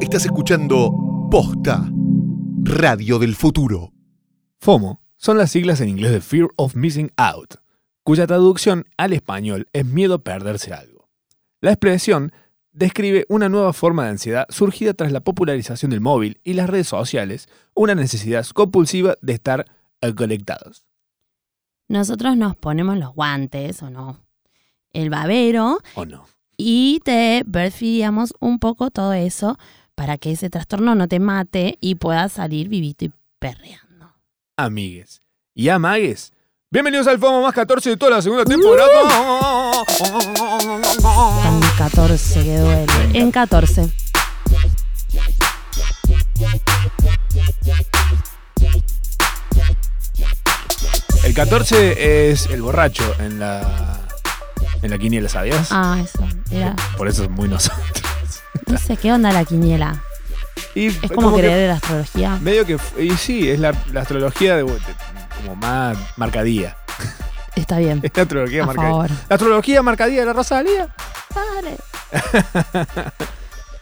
Estás escuchando Posta, Radio del Futuro. FOMO son las siglas en inglés de Fear of Missing Out, cuya traducción al español es miedo a perderse algo. La expresión describe una nueva forma de ansiedad surgida tras la popularización del móvil y las redes sociales, una necesidad compulsiva de estar eh, conectados. Nosotros nos ponemos los guantes, ¿o no? El babero ¿O no? y te perfilamos un poco todo eso para que ese trastorno no te mate y puedas salir vivito y perreando. amigues y amagues. Bienvenidos al FOMO más 14 de toda la segunda temporada. En 14 que duele. En 14. El 14 es el borracho en la en la quiniela, ¿sabías? Ah, eso. Era, Por eso es muy nosotros. no sé qué onda la quiniela. Y Es como que creer en la astrología. medio que f- y sí, es la, la astrología de, de- como más marcadía. Está bien. Es la astrología A marcadía. favor. La astrología marcadía de la Rosalía. Dale.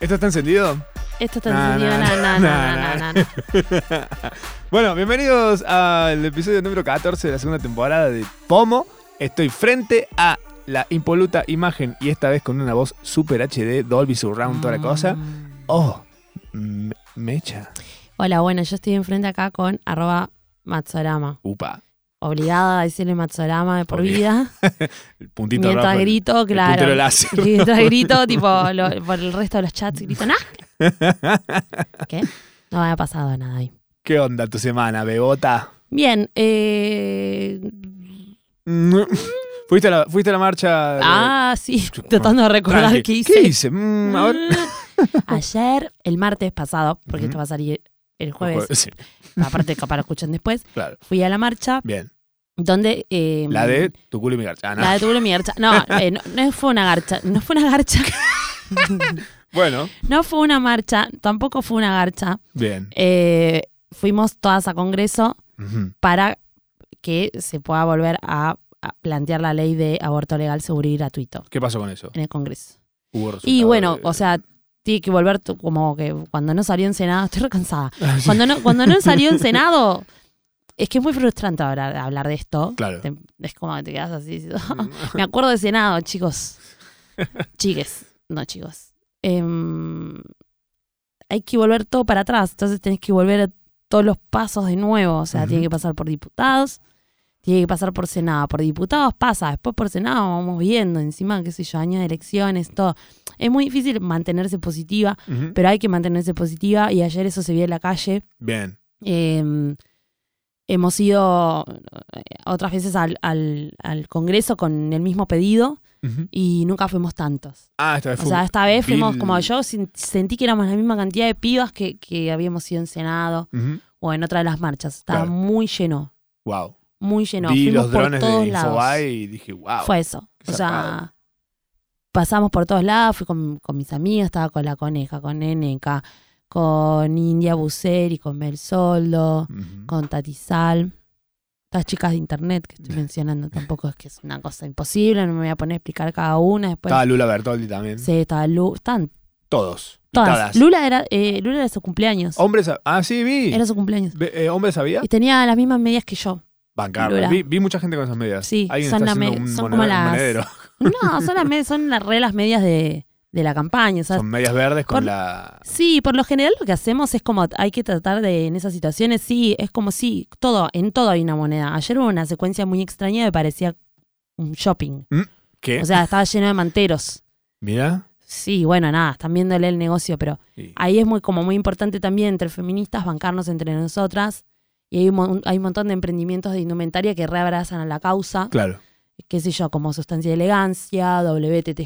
¿Esto está encendido? Esto te No, encendió. no, No, no, no, no, no, no, no. bueno, bienvenidos al episodio número 14 de la segunda temporada de Pomo. Estoy frente a la impoluta imagen y esta vez con una voz super HD, Dolby Surround, toda la cosa. Mm. Oh, me- mecha. Hola, bueno, yo estoy enfrente acá con arroba Matsorama. Upa. Obligada a decirle Matsorama de por Oblig- vida. El puntito Mientras rojo, el- grito, el puntero claro. láser. Mientras grito, tipo, lo- por el resto de los chats grito, ¡nah! ¿Qué? No me ha pasado nada ahí. ¿Qué onda tu semana, Bebota? Bien, eh... Mm. ¿Fuiste a la, fuiste a la marcha? de- Ah, sí, tratando de recordar Tranqui. qué hice. Mm, a ver. Ayer, el martes pasado, Ujú. porque esto va a salir el jueves, Sí, aparte capaz lo escuchan después, claro. fui a la marcha Bien. donde... eh, La de tu culo y mi garcha. Ah, no. La de Tulo y mi garcha. No, eh, no, no fue una garcha. No fue una garcha. Bueno, No fue una marcha. Tampoco fue una garcha. bien. Eh, fuimos todas a Congreso Ujú. para que se pueda volver a, a plantear la ley de aborto legal, seguro y gratuito ¿Qué pasó con eso? en el Congreso. Hubo Y resultado bueno, de- o sea, tiene que volver tu- como que cuando no salió en Senado, estoy recansada. Cuando no, cuando no salió en Senado, es que es muy frustrante hablar, hablar de esto. Claro. Te- es como que te quedas así. Mm. Me acuerdo de Senado, chicos. Chiques, no chicos. Em, hay que volver todo para atrás, entonces tenés que volver a todos los pasos de nuevo. O sea, Ujú. tiene que pasar por diputados, tiene que pasar por Senado. Por diputados pasa, después por Senado vamos viendo, encima, qué sé yo, año de elecciones, todo. Es muy difícil mantenerse positiva, Ujú. pero hay que mantenerse positiva y ayer eso se vio en la calle. Bien. Eh, hemos ido eh, otras veces al, al- al Congreso con el mismo pedido Ujú. y nunca fuimos tantos. Ah, esta vez O fue sea, un- esta vez fuimos vil- como yo sin- sentí que éramos la misma cantidad de pibas que, que habíamos ido en Senado Ujú. o en otra de las marchas. Estaba Claro. muy lleno, Wow. muy lleno. Vi fuimos los drones por todos de lados. Infobae y dije, wow. Fue eso. qué O zarpado. sea, pasamos por todos lados, fui con, con mis amigos, estaba con la coneja, con NK, con India Buceri, con Mel Soldo Ujú. con Tatizal, estas chicas de internet que estoy mencionando tampoco es que es una cosa imposible, no me voy a poner a explicar cada una. Después, Estaba Lula Bertoldi también. sí, estaba Lu- estaban Todos. y todas. todas. Lula, era, eh, Lula era su cumpleaños. Hombres. a- Ah, sí, vi. Era su cumpleaños. Ve- eh, ¿Hombres había? Y tenía las mismas medias que yo. Bancarla. Lula. Vi, vi mucha gente con esas medidas. Sí, Alguien son está la me- haciendo un son como monedero- las- un monedero. No, son las, med- son las re las medias de, de la campaña. o sea, Son medias verdes con por- la. Sí, por lo general lo que hacemos es como hay que tratar de en esas situaciones, sí, es como sí, todo, en todo hay una moneda. Ayer hubo una secuencia muy extraña que parecía un shopping. ¿Qué? O sea, estaba lleno de manteros. Mira. Sí, bueno, nada, están viéndole el negocio, pero Y- ahí es muy como muy importante también entre feministas bancarnos entre nosotras y hay un, mon- hay un montón de emprendimientos de indumentaria que reabrazan a la causa, Claro. qué sé yo, como Sustancia de Elegancia,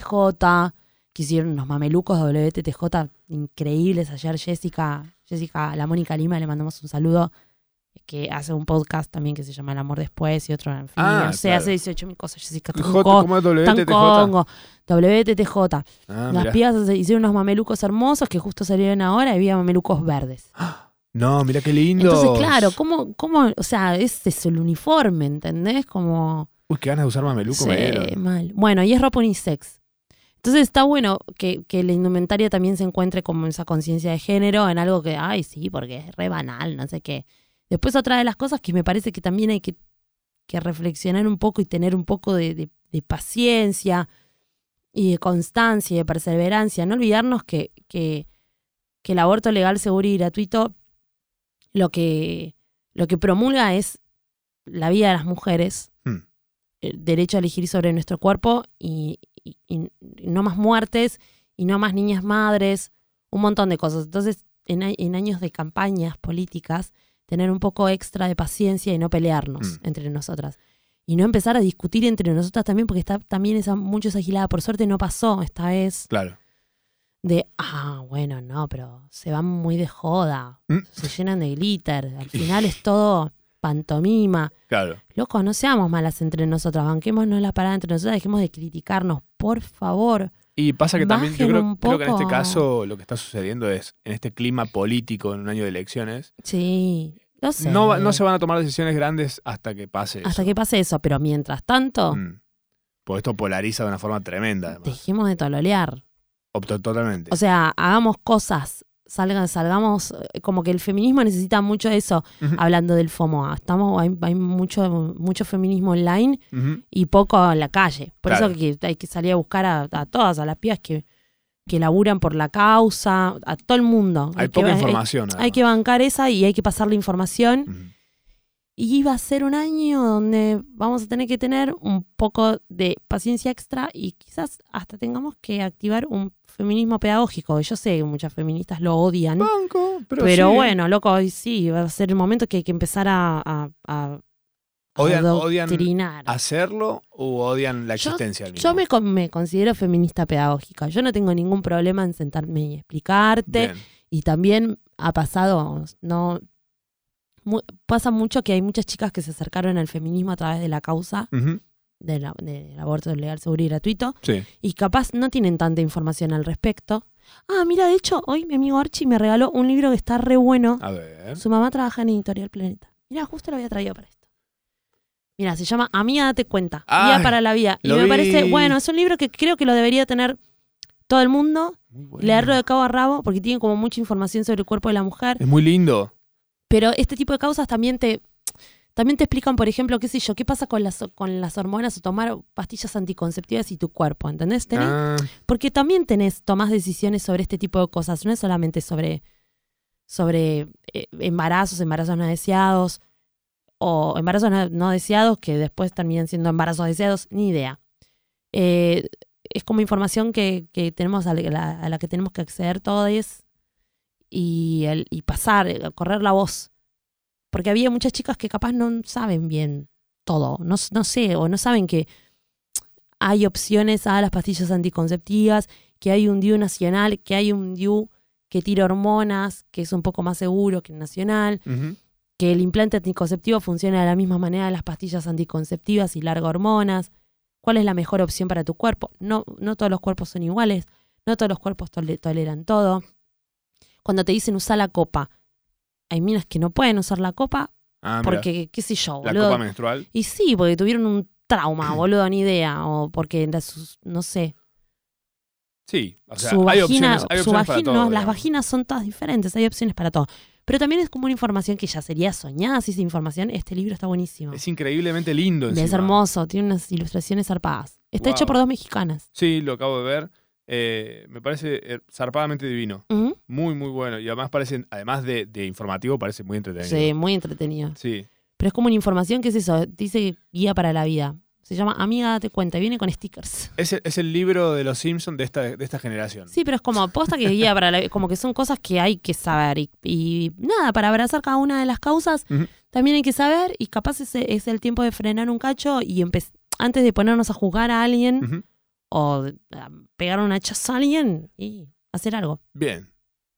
WTTJ, que hicieron unos mamelucos WTTJ increíbles ayer Jessica, Jessica, la Mónica Lima, le mandamos un saludo, que hace un podcast también que se llama El Amor Después y otro, en fin, Ah, no sé, claro. hace 18 mil cosas, Jessica, tan, J, co- ¿Cómo es tan WTTJ? congo, WTTJ. Ah, Las mirá. pibas se hicieron unos mamelucos hermosos que justo salieron ahora y había mamelucos verdes. No, mira qué lindo. Entonces, claro, ¿cómo, cómo, o sea, ese es el uniforme, ¿entendés? Como Uy, qué ganas de usar mameluco Sí, me dieron. mal. Bueno, y es ropa unisex. Entonces está bueno que, que la indumentaria también se encuentre como esa conciencia de género, en algo que, ay, sí, porque es re banal, no sé qué. Después otra de las cosas que me parece que también hay que, que reflexionar un poco y tener un poco de, de- de paciencia y de constancia y de perseverancia. No olvidarnos que, que, que el aborto legal, seguro y gratuito lo que, lo que promulga es la vida de las mujeres Hmm. el derecho a elegir sobre nuestro cuerpo y, y- y no más muertes y no más niñas madres, un montón de cosas. Entonces, en, a- en años de campañas políticas, tener un poco extra de paciencia y no pelearnos Mm. entre nosotras. Y no empezar a discutir entre nosotras también, porque está también esa, mucho esa gilada. Por suerte no pasó esta vez Claro. de, ah, bueno, no, pero se van muy de joda. Mm. Se llenan de glitter. Al final es todo pantomima Claro. loco, no seamos malas entre nosotras, banquémonos la parada entre nosotras, dejemos de criticarnos, por favor. Y pasa que también yo Bajen creo, un creo que en este poco. caso lo que está sucediendo es, en este clima político, en un año de elecciones, Sí, no sé. no, va- no se van a tomar decisiones grandes hasta que pase eso. Hasta que pase eso, pero mientras tanto, Mm. Porque esto polariza de una forma tremenda, además. dejemos de tololear. Opto- Totalmente. O sea, hagamos cosas, salgan, salgamos, eh, como que el feminismo necesita mucho eso, Ujú. hablando del FOMOA. Estamos, hay, hay mucho, mucho feminismo online Ujú. y poco en la calle. Por Claro. eso que hay que salir a buscar a, a todas, a las pibas que, que laburan por la causa, a todo el mundo. Hay que poca va- información. Hay que bancar esa y hay que pasar la información. además. Ujú. Y va a ser un año donde vamos a tener que tener un poco de paciencia extra y quizás hasta tengamos que activar un feminismo pedagógico. Yo sé que muchas feministas lo odian, Banco, pero, pero, sí. bueno, loco, y sí, va a ser el momento que hay que empezar a, a, a Odian- odian adoctrinar. ¿Hacerlo o odian la existencia? del Yo mismo? me, con- me considero feminista pedagógica. Yo no tengo ningún problema en sentarme y explicarte. Bien. Y también ha pasado, no mu- pasa mucho que hay muchas chicas que se acercaron al feminismo a través de la causa Ujú. del, a- del aborto legal, seguro y gratuito Sí. y capaz no tienen tanta información al respecto. Ah, mira, de hecho, hoy mi amigo Archie me regaló un libro que está re bueno. A ver. Su mamá trabaja en Editorial Planeta. Mira, justo lo había traído para esto. Mira, se llama Amiga, date cuenta. Guía Ay, para la vida. Y lo me vi. parece, bueno, es un libro que creo que lo debería tener todo el mundo, Muy bueno. leerlo de cabo a rabo, porque tiene como mucha información sobre el cuerpo de la mujer. Es muy lindo. Pero este tipo de causas también te, también te explican, por ejemplo, qué sé yo, qué pasa con las, con las hormonas o tomar pastillas anticonceptivas y tu cuerpo, ¿entendés? Tenés- Ah, Porque también tenés, tomás decisiones sobre este tipo de cosas, no es solamente sobre, sobre eh, embarazos, embarazos no deseados, o embarazos no, no deseados que después terminan siendo embarazos deseados, ni idea. Eh, es como información que, que tenemos a la, a la que tenemos que acceder todos y, el- y pasar, eh, correr la voz. Porque había muchas chicas que capaz no saben bien todo, no, s- no sé, o no saben que hay opciones a las pastillas anticonceptivas, que hay un DIU nacional, que hay un DIU que tira hormonas, que es un poco más seguro que el nacional, ujú. que el implante anticonceptivo funciona de la misma manera de las pastillas anticonceptivas y larga hormonas. ¿Cuál es la mejor opción para tu cuerpo? No, no todos los cuerpos son iguales, no todos los cuerpos tole- toleran todo. Cuando te dicen usar la copa, hay minas que no pueden usar la copa Ah, mira. porque, qué sé yo, La boludo, copa menstrual. y sí, porque tuvieron un trauma, boludo, ni idea. O porque, la sus- no sé, Sí. O sea, su hay vagina, opciones, hay su opciones para vagina- todo, no, las digamos. vaginas son todas diferentes, hay opciones para todo. Pero también es como una información que ya sería soñada, si esa información, este libro está buenísimo. Es increíblemente lindo. Es encima. hermoso, tiene unas ilustraciones zarpadas. Está hecho Guau. por dos mexicanas. Sí, lo acabo de ver. Eh, me parece eh, zarpadamente divino. Ujú. Muy, muy bueno. Y además parece, además de, de informativo, parece muy entretenido. Sí, muy entretenido. Sí. Pero es como una información que es eso, dice guía para la vida. Se llama Amiga, date cuenta, y viene con stickers. Es el, es el libro de los Simpsons de esta, de esta generación. Sí, pero es como aposta que guía para la como que son cosas que hay que saber. Y, y nada, para abrazar cada una de las causas, Ujú. también hay que saber, y capaz ese es el tiempo de frenar un cacho y empe- antes de ponernos a juzgar a alguien Ujú. o de- a pegar un hachazo a alguien y hacer algo. Bien.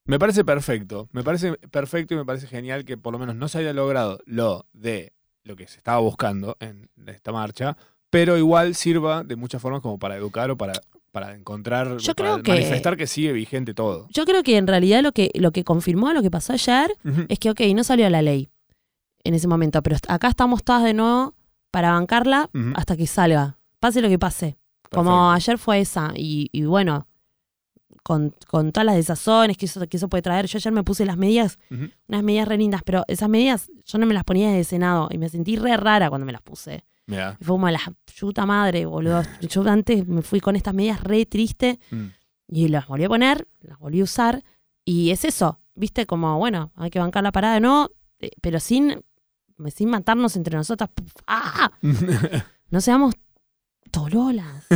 Me parece perfecto. Me parece perfecto y me parece genial que por lo menos no se haya logrado lo de lo que se estaba buscando en esta marcha, pero igual sirva de muchas formas como para educar o para, para encontrar, Yo para creo que- manifestar que sigue vigente todo. Yo creo que en realidad lo que, lo que confirmó lo que pasó ayer Ujú. es que, ok, no salió la ley en ese momento, pero acá estamos todas de nuevo para bancarla Ujú. hasta que salga, pase lo que pase. ah, Como ayer fue esa, y, y bueno, con, con todas las desazones que eso, que eso puede traer. Yo ayer me puse las medias, Ujú. unas medias re lindas, pero esas medias yo no me las ponía desde cenado y me sentí re rara cuando me las puse. Mira. Y fue como la puta madre, boludo. Yo antes me fui con estas medias re triste Mm. y las volví a poner, las volví a usar, y es eso, viste, como bueno, hay que bancar la parada, no, Eh, pero sin, sin matarnos entre nosotras. ¡Ah! No seamos tololas.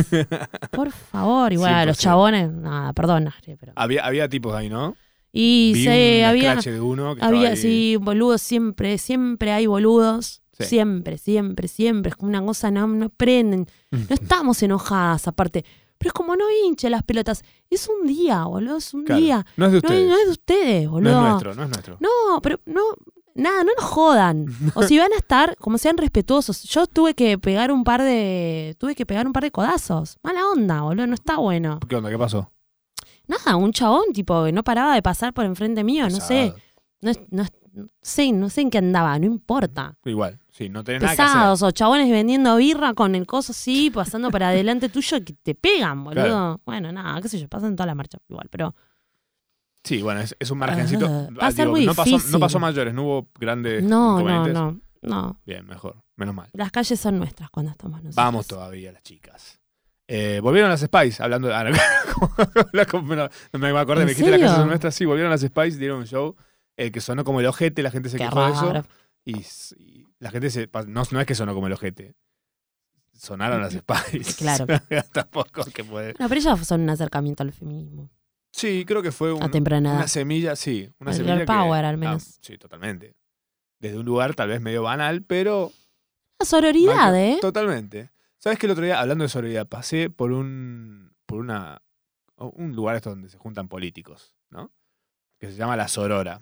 Por favor, igual a los 100%. chabones, nada, perdón, Nasri, pero. había, había tipos ahí, ¿no? Y Ah, Vi sí, un había, escrache de uno que estaba había ahí. sí, boludos siempre, siempre hay boludos. Sí. Siempre, siempre, siempre. Es como una cosa, no, no prenden. No estamos enojadas, aparte. Pero es como no hinche las pelotas. Es un día, boludo, es un Claro. día. No es de No, es- ustedes. no es de ustedes, No es boludo. nuestro, no es nuestro. No, pero no, nada, no nos jodan. O si van a estar, como sean respetuosos. Yo tuve que pegar un par de, tuve que pegar un par de codazos. Mala onda, boludo, no está bueno. ¿Qué onda? ¿Qué pasó? Nada, un chabón tipo que no paraba de pasar por enfrente mío, Ah, no sé, Pesado. no, es- no, es- no sé, no sé en qué andaba, no importa. Igual, sí, no tenés nada Pesados o chabones vendiendo birra con el coso así, pasando para adelante tuyo que te pegan, boludo. Claro. Bueno, nada, qué sé yo, pasan todas las marchas igual, pero que hacer. Sí, bueno, es, es un margencito. Ah, Ah, va a ser digo, muy no, pasó, no difícil. pasó mayores, no hubo grandes no, no, inconvenientes. no, no. Bien, mejor, menos mal. Las calles son nuestras cuando estamos nosotros. Vamos todavía, las chicas. Eh, volvieron las Spice, hablando de. ah, no, la com- no, no me acordé, ¿En me dijiste la serio? casa nuestra. Sí, volvieron las Spice, dieron un show. El que sonó como el ojete, la gente se Qué quejó de eso. raro. Y, s- y la gente se. pa- No, no es que sonó como el ojete. Sonaron las Spice. Mm, Claro. Tampoco que puede. No, pero ellas son un acercamiento al feminismo. Sí, creo que fue un- a temprana una edad. semilla, sí. Una El semilla. girl que- power, al ah, menos. sí, totalmente. Desde un lugar tal vez medio banal, pero Una sororidad, Banco, ¿eh? Totalmente. ¿Sabes que el otro día, hablando de solidaridad, pasé por un por una o- un lugar esto donde se juntan políticos, ¿no? Que se llama La Sorora.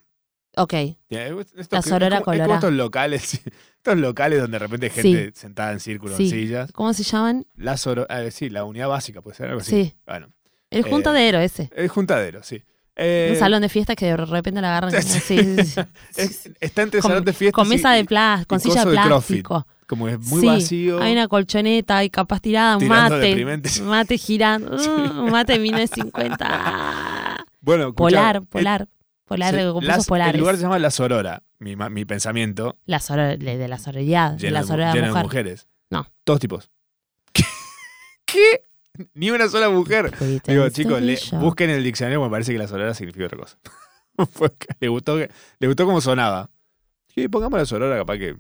Ok. Tiene- esto que- La es Sorora como- es como Colorá. estos locales, estos locales donde de repente hay gente sentada en círculo en Sí. sillas. ¿Cómo se llaman? La Sorora, sí, la unidad básica, puede ser algo así. Sí. Bueno, El Pues Eh, juntadero ese. el juntadero, sí. Eh, Un salón de fiestas que de repente la agarran. Sí, Sí, sí, sí. es- está entre Con- salón de fiestas Con mesa y- de plástico, con y silla coso de de CrossFit. plástico. como es muy Sí, vacío. Hay una colchoneta, hay capaz tirada, un Tirando mate. deprimente. Un mate girando. Mm, Un mate de 1950. Ah. Bueno, escuchá, Polar, el- polar. Polar, Sí, de compuestos las- polares. El lugar se llama La Sorora, mi, ma- mi pensamiento, La soror- de de la sororidad, de lleno, la de, mu- sororidad lleno de mujer. mujeres. No. Todos tipos. ¿Qué? Ni una sola mujer. Fuiste Digo, un chicos, le- estrella. busquen en el diccionario, me parece que La Sorora significa otra cosa. Fue que le, gustó, que- le gustó cómo sonaba. Sí, pongamos La Sorora, capaz que...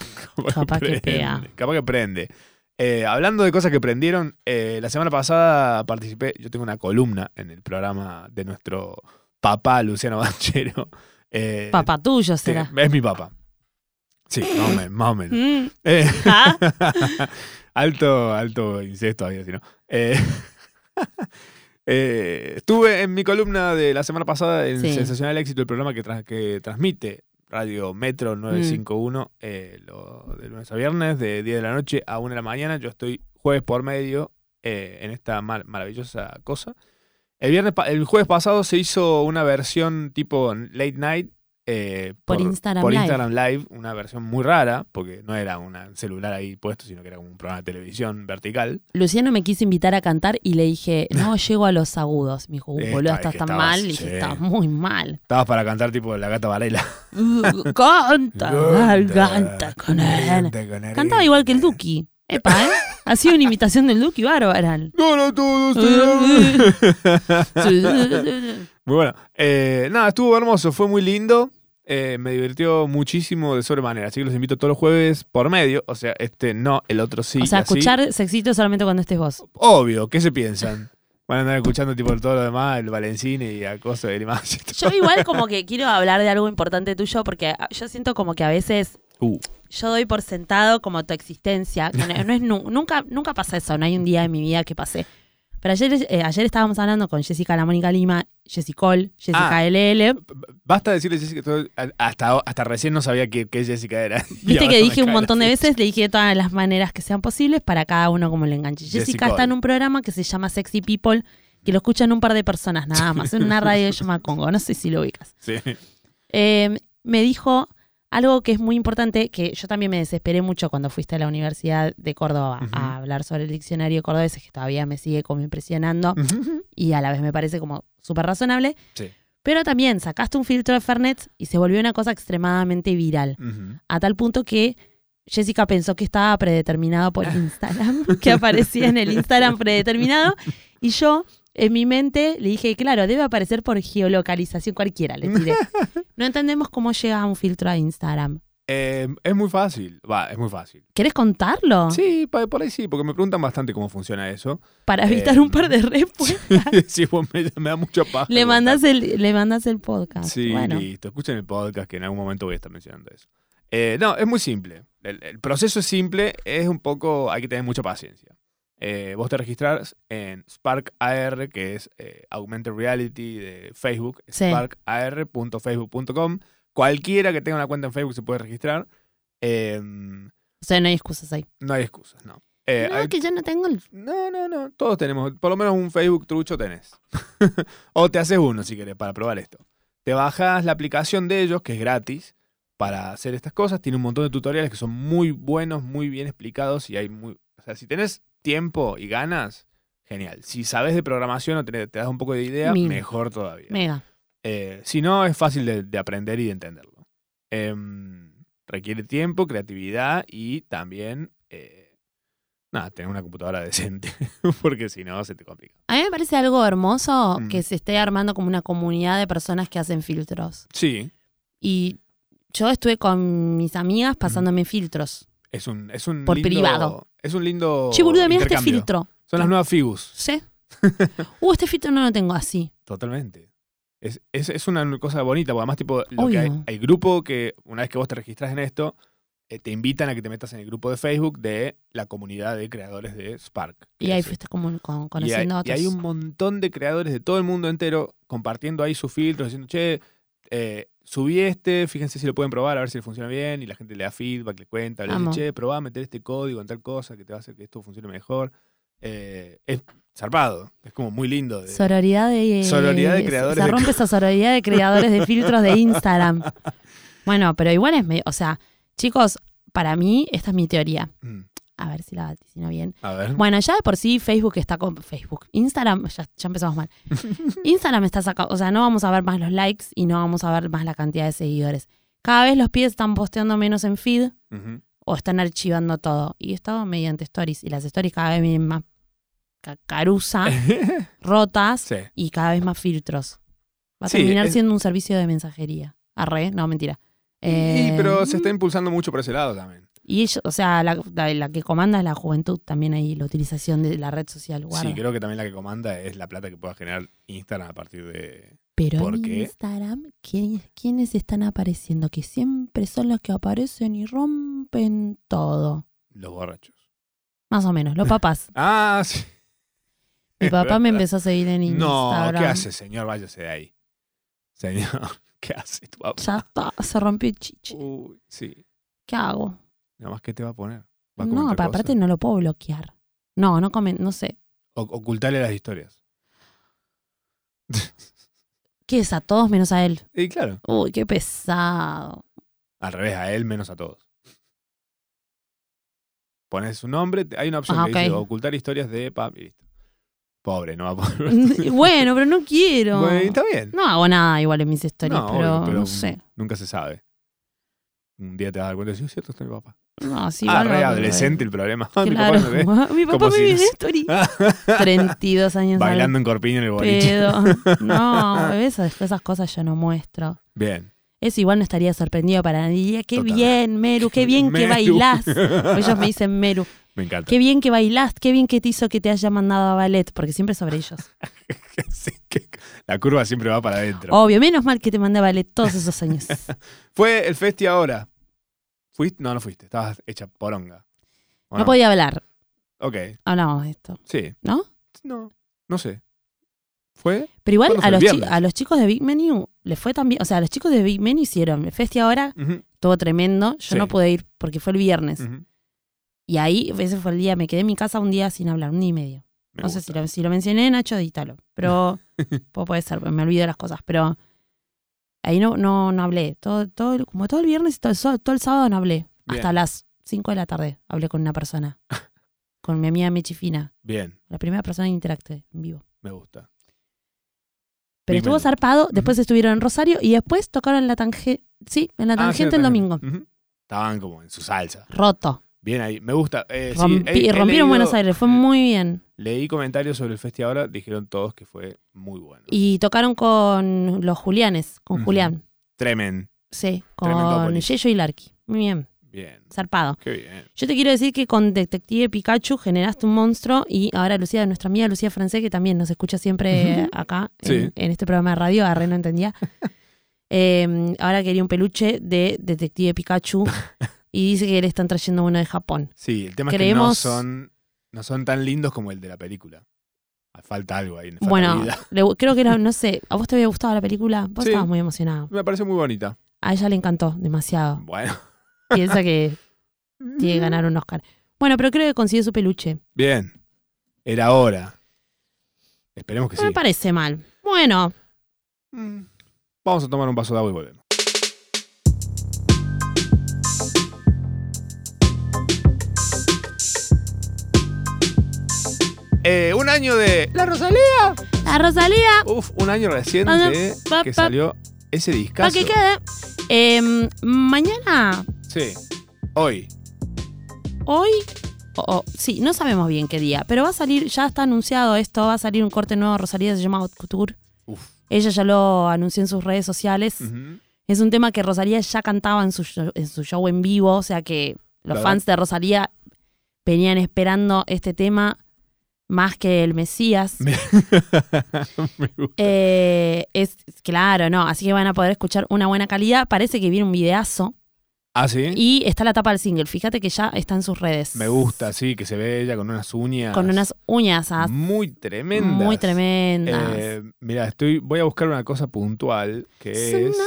Capaz que prende, pega. Capaz que prende. Eh, hablando de cosas que prendieron, eh, la semana pasada participé, yo tengo una columna en el programa de nuestro papá, Luciano Banchero. Eh, Papá tuyo Sí, será. es mi papá. Sí, más o menos. más o menos. Mm. Eh, Ah. alto, alto incesto había, si no. Eh, eh, estuve en mi columna de la semana pasada en Sí. Sensacional Éxito, el programa que, tra- que transmite Radio Metro Mm. 951, eh, lo- de lunes a viernes, de 10 de la noche a 1 de la mañana. Yo estoy jueves por medio eh, en esta mar- maravillosa cosa. El, viernes pa- el jueves pasado se hizo una versión tipo late night. eh, Por Instagram por Live. Instagram Live, una versión muy rara, porque no era un celular ahí puesto, sino que era como un programa de televisión vertical. Luciano me quiso invitar a cantar y le dije, no llego a los agudos. Me dijo, uh, Eh, boludo, está- es estás que tan estabas- mal. Le dije, sí. estás muy mal. Estabas para cantar tipo La Gata Varela. Uh, canta, mal, canta con él. con él. Cantaba igual que el Duki. Epa, ¿eh? Hacía una imitación del Duki bárbara. No, no, todos. Muy bueno. Eh, nada, estuvo hermoso, fue muy lindo. Eh, me divirtió muchísimo de sobremanera. Así que los invito todos los jueves por medio. O sea, este no, el otro sí. o y sea, así. escuchar sexito solamente cuando estés vos. Obvio, ¿qué se piensan? Van a andar escuchando tipo todo lo demás, el Valencine y a cosas del más. Yo igual como que quiero hablar de algo importante tuyo porque ah, yo siento como que a veces Uh. yo doy por sentado como tu existencia. que No, no es nu- nunca, nunca pasa eso, no hay un día de mi vida que pasé. Pero ayer, eh, ayer estábamos hablando con Jessica La Mónica Lima, Jessica Cole, Jessica Ah. LL. Basta decirle Jessica, todo- hasta, hasta recién no sabía qué, qué Jessica era. Y Viste ahora que me dije un cae la montón de ficha. veces, le dije de todas las maneras que sean posibles para cada uno como le enganche. Jessica, Jessica está en Cole. un programa que se llama Sexy People, que lo escuchan un par de personas nada más, en una radio que se llama Congo. No sé si lo ubicas. Sí. Eh, Em, me dijo, Algo que es muy importante, que yo también me desesperé mucho cuando fuiste a la Universidad de Córdoba Ujú. a hablar sobre el diccionario cordobés, que todavía me sigue como impresionando Ujú. y a la vez me parece como súper razonable. Mm. Sí. Pero también sacaste un filtro de Fernet y se volvió una cosa extremadamente viral. Ujú. A tal punto que Jessica pensó que estaba predeterminado Ah. por Instagram, que aparecía en el Instagram predeterminado. Y yo, en mi mente, le dije, claro, debe aparecer por geolocalización cualquiera, le tiré. No entendemos cómo llega un filtro a Instagram. Eh, es muy fácil, va, es muy fácil. ¿Querés contarlo? Sí, pa- por ahí sí, porque me preguntan bastante cómo funciona eso. Para evitar Eh, un par de respuestas. sí, vos me, me da mucha paja. Ah. Le contar. mandas el, le mandás el podcast. Sí, bueno, listo. Escuchen el podcast que en algún momento voy a estar mencionando eso. Eh, no, es muy simple. El, el proceso es simple, es un poco, hay que tener mucha paciencia. Eh, vos te registras en Spark AR, que es eh, Augmented Reality de Facebook, Sí. sparkar.facebook.com. Cualquiera que tenga una cuenta en Facebook se puede registrar. Eh, no o sea, no hay excusas ahí. hay excusas, ¿no? Eh, no, hay- que yo no tengo el... no, no, no. Todos tenemos. Por lo menos un Facebook trucho tenés. o te haces uno si querés para probar esto. Te bajas la aplicación de ellos, que es gratis, para hacer estas cosas. Tiene un montón de tutoriales que son muy buenos, muy bien explicados y hay muy... O sea, si tenés tiempo y ganas, genial. Si sabes de programación o tenés- te das un poco de idea, Mil. mejor todavía. Mega. Eh, si no, es fácil de, de aprender y de entenderlo. Em, requiere tiempo, creatividad y también, eh, nada, tener una computadora decente, porque si no, se te complica. A mí me parece algo hermoso Mm. que se esté armando como una comunidad de personas que hacen filtros. Sí, Y yo estuve con mis amigas pasándome filtros. es un, es un Por lindo- privado. Es un lindo Che, boludo, mira este Oh, intercambio. filtro. Son las nuevas Figus. ¿Sí? uh, este filtro no lo tengo así. Totalmente. Es, es- es una cosa bonita, porque además, tipo, lo que Obvio. hay, hay grupo que, una vez que vos te registras en esto, eh, te invitan a que te metas en el grupo de Facebook de la comunidad de creadores de Spark. que Y ahí es- fuiste como con- Y hay, conociendo a y otros. hay un montón de creadores de todo el mundo entero compartiendo ahí sus filtros, diciendo, che, eh, subí este, fíjense si lo pueden probar, a ver si le funciona bien, y la gente le da feedback, le cuenta, le dice, Amo. che, probá, meter este código en tal cosa que te va a hacer que esto funcione mejor. Eh, es zarpado, es como muy lindo. de- Sororidad de. Sororidad de se- creadores Se de- rompe esa sororidad de creadores de filtros de Instagram. Bueno, pero igual es medio. O sea, chicos, para mí, esta es mi teoría. Mm, A ver si la vaticino bien. a ver. Bueno, ya de por sí Facebook está con Facebook. Instagram, ya, ya empezamos mal. Instagram está sacado, o sea, no vamos a ver más los likes y no vamos a ver más la cantidad de seguidores. Cada vez los pies están posteando menos en feed Ujú. o están archivando todo. Y esto mediante stories. Y las stories cada vez vienen más ca- caruza, rotas sí. y cada vez más filtros. Va a Sí, terminar es- siendo un servicio de mensajería. Arre, no, mentira. Eh, Y- pero se está impulsando mucho por ese lado también. y ellos, o sea, la, la- la que comanda es la juventud también ahí, la utilización de la red social. guarda. Sí, creo que también la que comanda es la plata que pueda generar Instagram a partir de... Pero ¿Por en qué? Instagram, ¿quién- ¿quiénes están apareciendo? Que siempre son los que aparecen y rompen todo. Los borrachos. Más o menos, los papás. Ah, sí. Mi Es papá me verdad. empezó a seguir en No, Instagram. ¿qué hace, señor? Váyase de ahí. Señor, ¿qué hace tu papá? Ya está, se rompió el chiche. Uy, sí. ¿Qué hago? Nada más, ¿qué te va a poner? ¿Va a No, comentar pero aparte cosas? no lo puedo bloquear. No, no comen, no sé. O- ocultarle las historias. ¿Qué es a todos menos a él? y claro, Uy, qué pesado. al revés, a él menos a todos. Pones su nombre, te- hay una opción Ah, que dice ok. ocultar historias de pap y listo. Pobre, no va a poder. bueno, pero no quiero. Bueno, está bien. No hago nada igual en mis stories, No, obvio, pero, pero no sé. Nunca se sabe. Un día te vas a dar cuenta, sí, es cierto, está mi papá. No, sí, ah, igual re lo- adolescente el problema. Ah, mi papá Claro. no ve. Mi papá Como me si ve no en se- story. 32 años Bailando en corpiño en el al boliche. pedo. No, esas, esas cosas yo no muestro. Bien. Eso Eso igual no estaría sorprendido para nadie. Diría, Qué Total. bien, Meru, qué bien que bailás. Ellos me dicen, Meru, Me encanta. qué bien que bailás, qué bien que te hizo que te haya mandado a ballet, porque siempre es sobre ellos. Sí, que la curva siempre va para adentro. Obvio, menos mal que te mandé a ballet todos esos años. Fue el festi ahora. ¿Fuiste? No, no fuiste. Estabas hecha poronga. ¿O No podía hablar. Ok, Hablamos de esto. sí. ¿No? No, no sé. ¿Fue? Pero igual ¿Cuándo fue? a los, El chi- viernes. a los chicos de Big Menu les fue también. O sea, a los chicos de Big Menu hicieron el festi ahora, Ujú, todo tremendo. Yo Sí. no pude ir porque fue el viernes. ujú. Y ahí, ese fue el día, me quedé en mi casa un día sin hablar, un día y medio. Me no sé si gusta. lo, si lo mencioné, Nacho, edítalo. Pero po- puede ser, me olvido de las cosas. Pero Ahí no, no, no hablé. Todo, todo, el- como todo el viernes y todo el, so- todo el sábado no hablé. Bien. Hasta las 5 de la tarde hablé con una persona. con mi amiga Mechi Fina. Bien, La primera persona que interactué en vivo. me gusta. Pero Dímelo. estuvo zarpado, después estuvieron en Rosario y después tocaron en la tangente. Sí, en la Ah, sí, tangente el domingo. Ujú. Estaban como en su salsa. Roto. Bien ahí, me gusta. Eh, sí, Rompi- he- he rompieron leído- Buenos Aires. Fue muy bien. Leí comentarios sobre el festi ahora, dijeron todos que fue muy bueno. Y tocaron con los Julianes, con Ujú. Julián. Tremen. Sí, con Tremendópolis. Yello y Larky. Muy bien, Bien. zarpado. Qué bien. Yo te quiero decir que con Detective Pikachu generaste un monstruo y ahora Lucía, nuestra amiga Lucía Francés, que también nos escucha siempre acá en, Sí. en este programa de radio, arre no entendía. eh, ahora quería un peluche de Detective Pikachu y dice que le están trayendo uno de Japón. Sí, el tema Creemos- es que no son, no son tan lindos como el de la película. Ah, Falta algo ahí. falta bueno, vida. le- creo que era, no sé, ¿a vos te había gustado la película? Vos Sí. estabas muy emocionada. Me parece muy bonita. A ella le encantó demasiado. Bueno. Piensa que tiene que ganar un Oscar. Bueno, pero creo que consigue su peluche. Bien. Era hora. Esperemos que No sí. me parece mal. Bueno, Mm. Vamos a tomar un vaso de agua y volvemos. Eh, un año de. ¡La Rosalía! la Rosalía, Uf, un año recién Ah, no. de Pa, que pa. salió ese para discazo. que quede. Em, mañana, Sí. Hoy. hoy, o- o- sí, no sabemos bien qué día, pero va a salir, ya está anunciado esto, va a salir un corte nuevo de Rosalía, se llama Haute Couture. Uf. Ella ya lo anunció en sus redes sociales. Ujú. Es un tema que Rosalía ya cantaba en su, show- en su show en vivo, o sea que los Claro. fans de Rosalía venían esperando este tema más que el Mesías. Me- Me gusta. Eh, es claro, no, así que van a poder escuchar una buena calidad. Parece que viene un videazo ah, sí. y está la tapa del single. Fíjate que ya está en sus redes. Me gusta, sí, que se ve ella con unas uñas. Con unas uñas as- muy tremendas. muy tremendas. mira, estoy, voy a buscar una cosa puntual que es Sonando.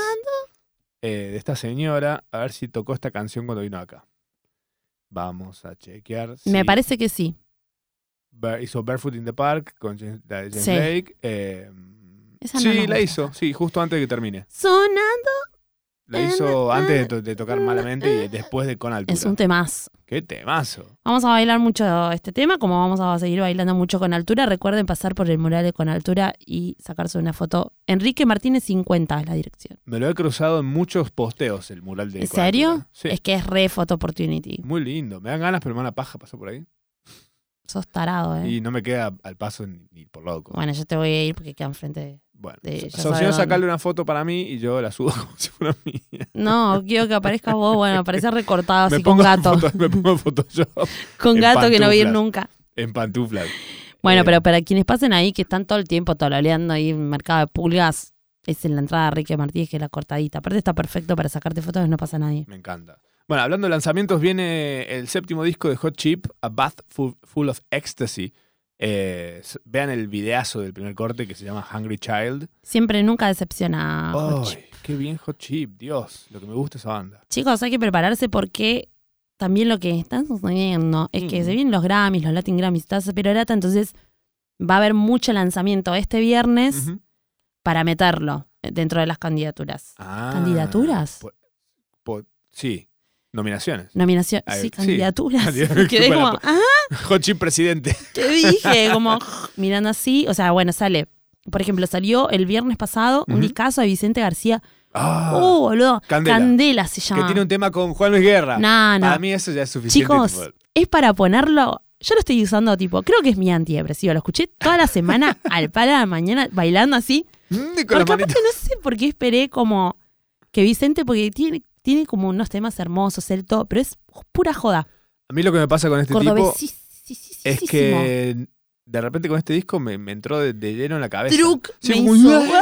eh, de esta señora, a ver si tocó esta canción cuando vino acá. Vamos a chequear. si Me parece que sí. ba- Hizo Barefoot in the Park con James, la de James Sí. Blake. eh, Esa no sí, nos la gusta. hizo, sí, justo antes de que termine. Sonando. La Eh, hizo eh, antes de, to- de tocar eh, malamente y eh. de- después de con altura. Es un temazo. ¡Qué temazo! Vamos a bailar mucho este tema, como vamos a seguir bailando mucho con altura. Recuerden pasar por el mural de con altura y sacarse una foto. Enrique Martínez 50 es la dirección. Me lo he cruzado en muchos posteos el mural de ¿En Con Altura. serio? Sí. Mm. Es que es re foto opportunity. Muy lindo. Me dan ganas, pero me da una paja pasar por ahí. Sos tarado, eh. Y no me queda al paso ni, ni por loco. Bueno, yo te voy a ir porque queda enfrente. de- Bueno, Eh, so- ya so- sabe si no, dónde. sacarle una foto para mí y yo la subo como si fuera mía. No, quiero que aparezca vos. Bueno, aparece recortado me, así con pongo en gato. foto- me pongo en Photoshop Con en gato que no voy a ir pantuflas. nunca. en pantuflas. Bueno, Eh, pero para quienes pasen ahí, que están todo el tiempo tololeando ahí en Mercado de Pulgas, es en la entrada de Enrique Martínez, que es la cortadita. Aparte está perfecto para sacarte fotos, no pasa nadie. Me encanta. Bueno, hablando de lanzamientos, viene el séptimo disco de Hot Chip, A Bath Full, Full of Ecstasy. Eh, s- vean el videazo del primer corte que se llama Hungry Child. Siempre, nunca decepciona. Ah, Hot Chip. ¡Ay, qué bien Hot Chip! Dios, lo que me gusta esa banda. Chicos, hay que prepararse porque también lo que están sucediendo es que Mm. se vienen los Grammys, los Latin Grammys, toda esa perorata, entonces va a haber mucho lanzamiento este viernes Ujú. para meterlo dentro de las candidaturas. Ah, ¿Candidaturas? po- po- sí, nominaciones. Nominación, Ay, sí, sí. candidaturas. Candidaturas. Quedé Bueno, como, ah, Hot Chip presidente. ¿qué dije? Como mirando así. O sea, bueno, sale. Por ejemplo, salió el viernes pasado un Ujú. discazo de Vicente García. Ah, ¡Oh, boludo! Candela. Candela se que llama. tiene un tema con Juan Luis Guerra. No, no. Para mí eso ya es suficiente. Chicos, tipo, es para ponerlo. Yo lo estoy usando, tipo, creo que es mi antidepresivo. Lo escuché toda la semana al par de la mañana bailando así. mm, con las Porque aparte manitas. no sé por qué esperé como que Vicente, porque tiene, tiene como unos temas hermosos, el todo, pero es pura joda. A mí lo que me pasa con este tipo es Cordobesísimo. que de repente con este disco me, me entró de, de lleno en la cabeza. Truc Sí, me como, hizo, "Ah,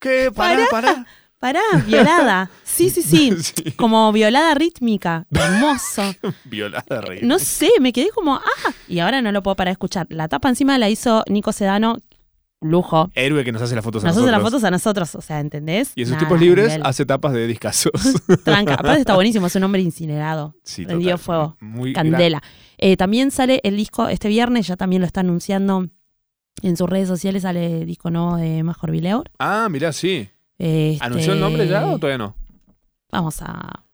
¿Qué? Pará, pará. Pará, violada. Sí, sí, sí. Sí, Como violada rítmica. Hermoso. Violada, reír. No sé, me quedé como, ah, y ahora no lo puedo parar de escuchar. La tapa encima la hizo Nico Sedano. Lujo. Héroe que nos hace las fotos a Nos hace nosotros. las fotos a nosotros, o sea, ¿entendés? Y en sus Nada, tipos libres nivel. hace tapas de discazos. Tranca. Aparte está buenísimo, es un hombre incinerado. sí, Prendido total. fuego. Muy gran- Candela. Eh, también sale el disco este viernes, ya también lo está anunciando en sus redes sociales, sale el disco nuevo de Major Vileur. Ah, mirá, sí. Este, ¿Anunció el nombre ya o todavía no? Vamos a.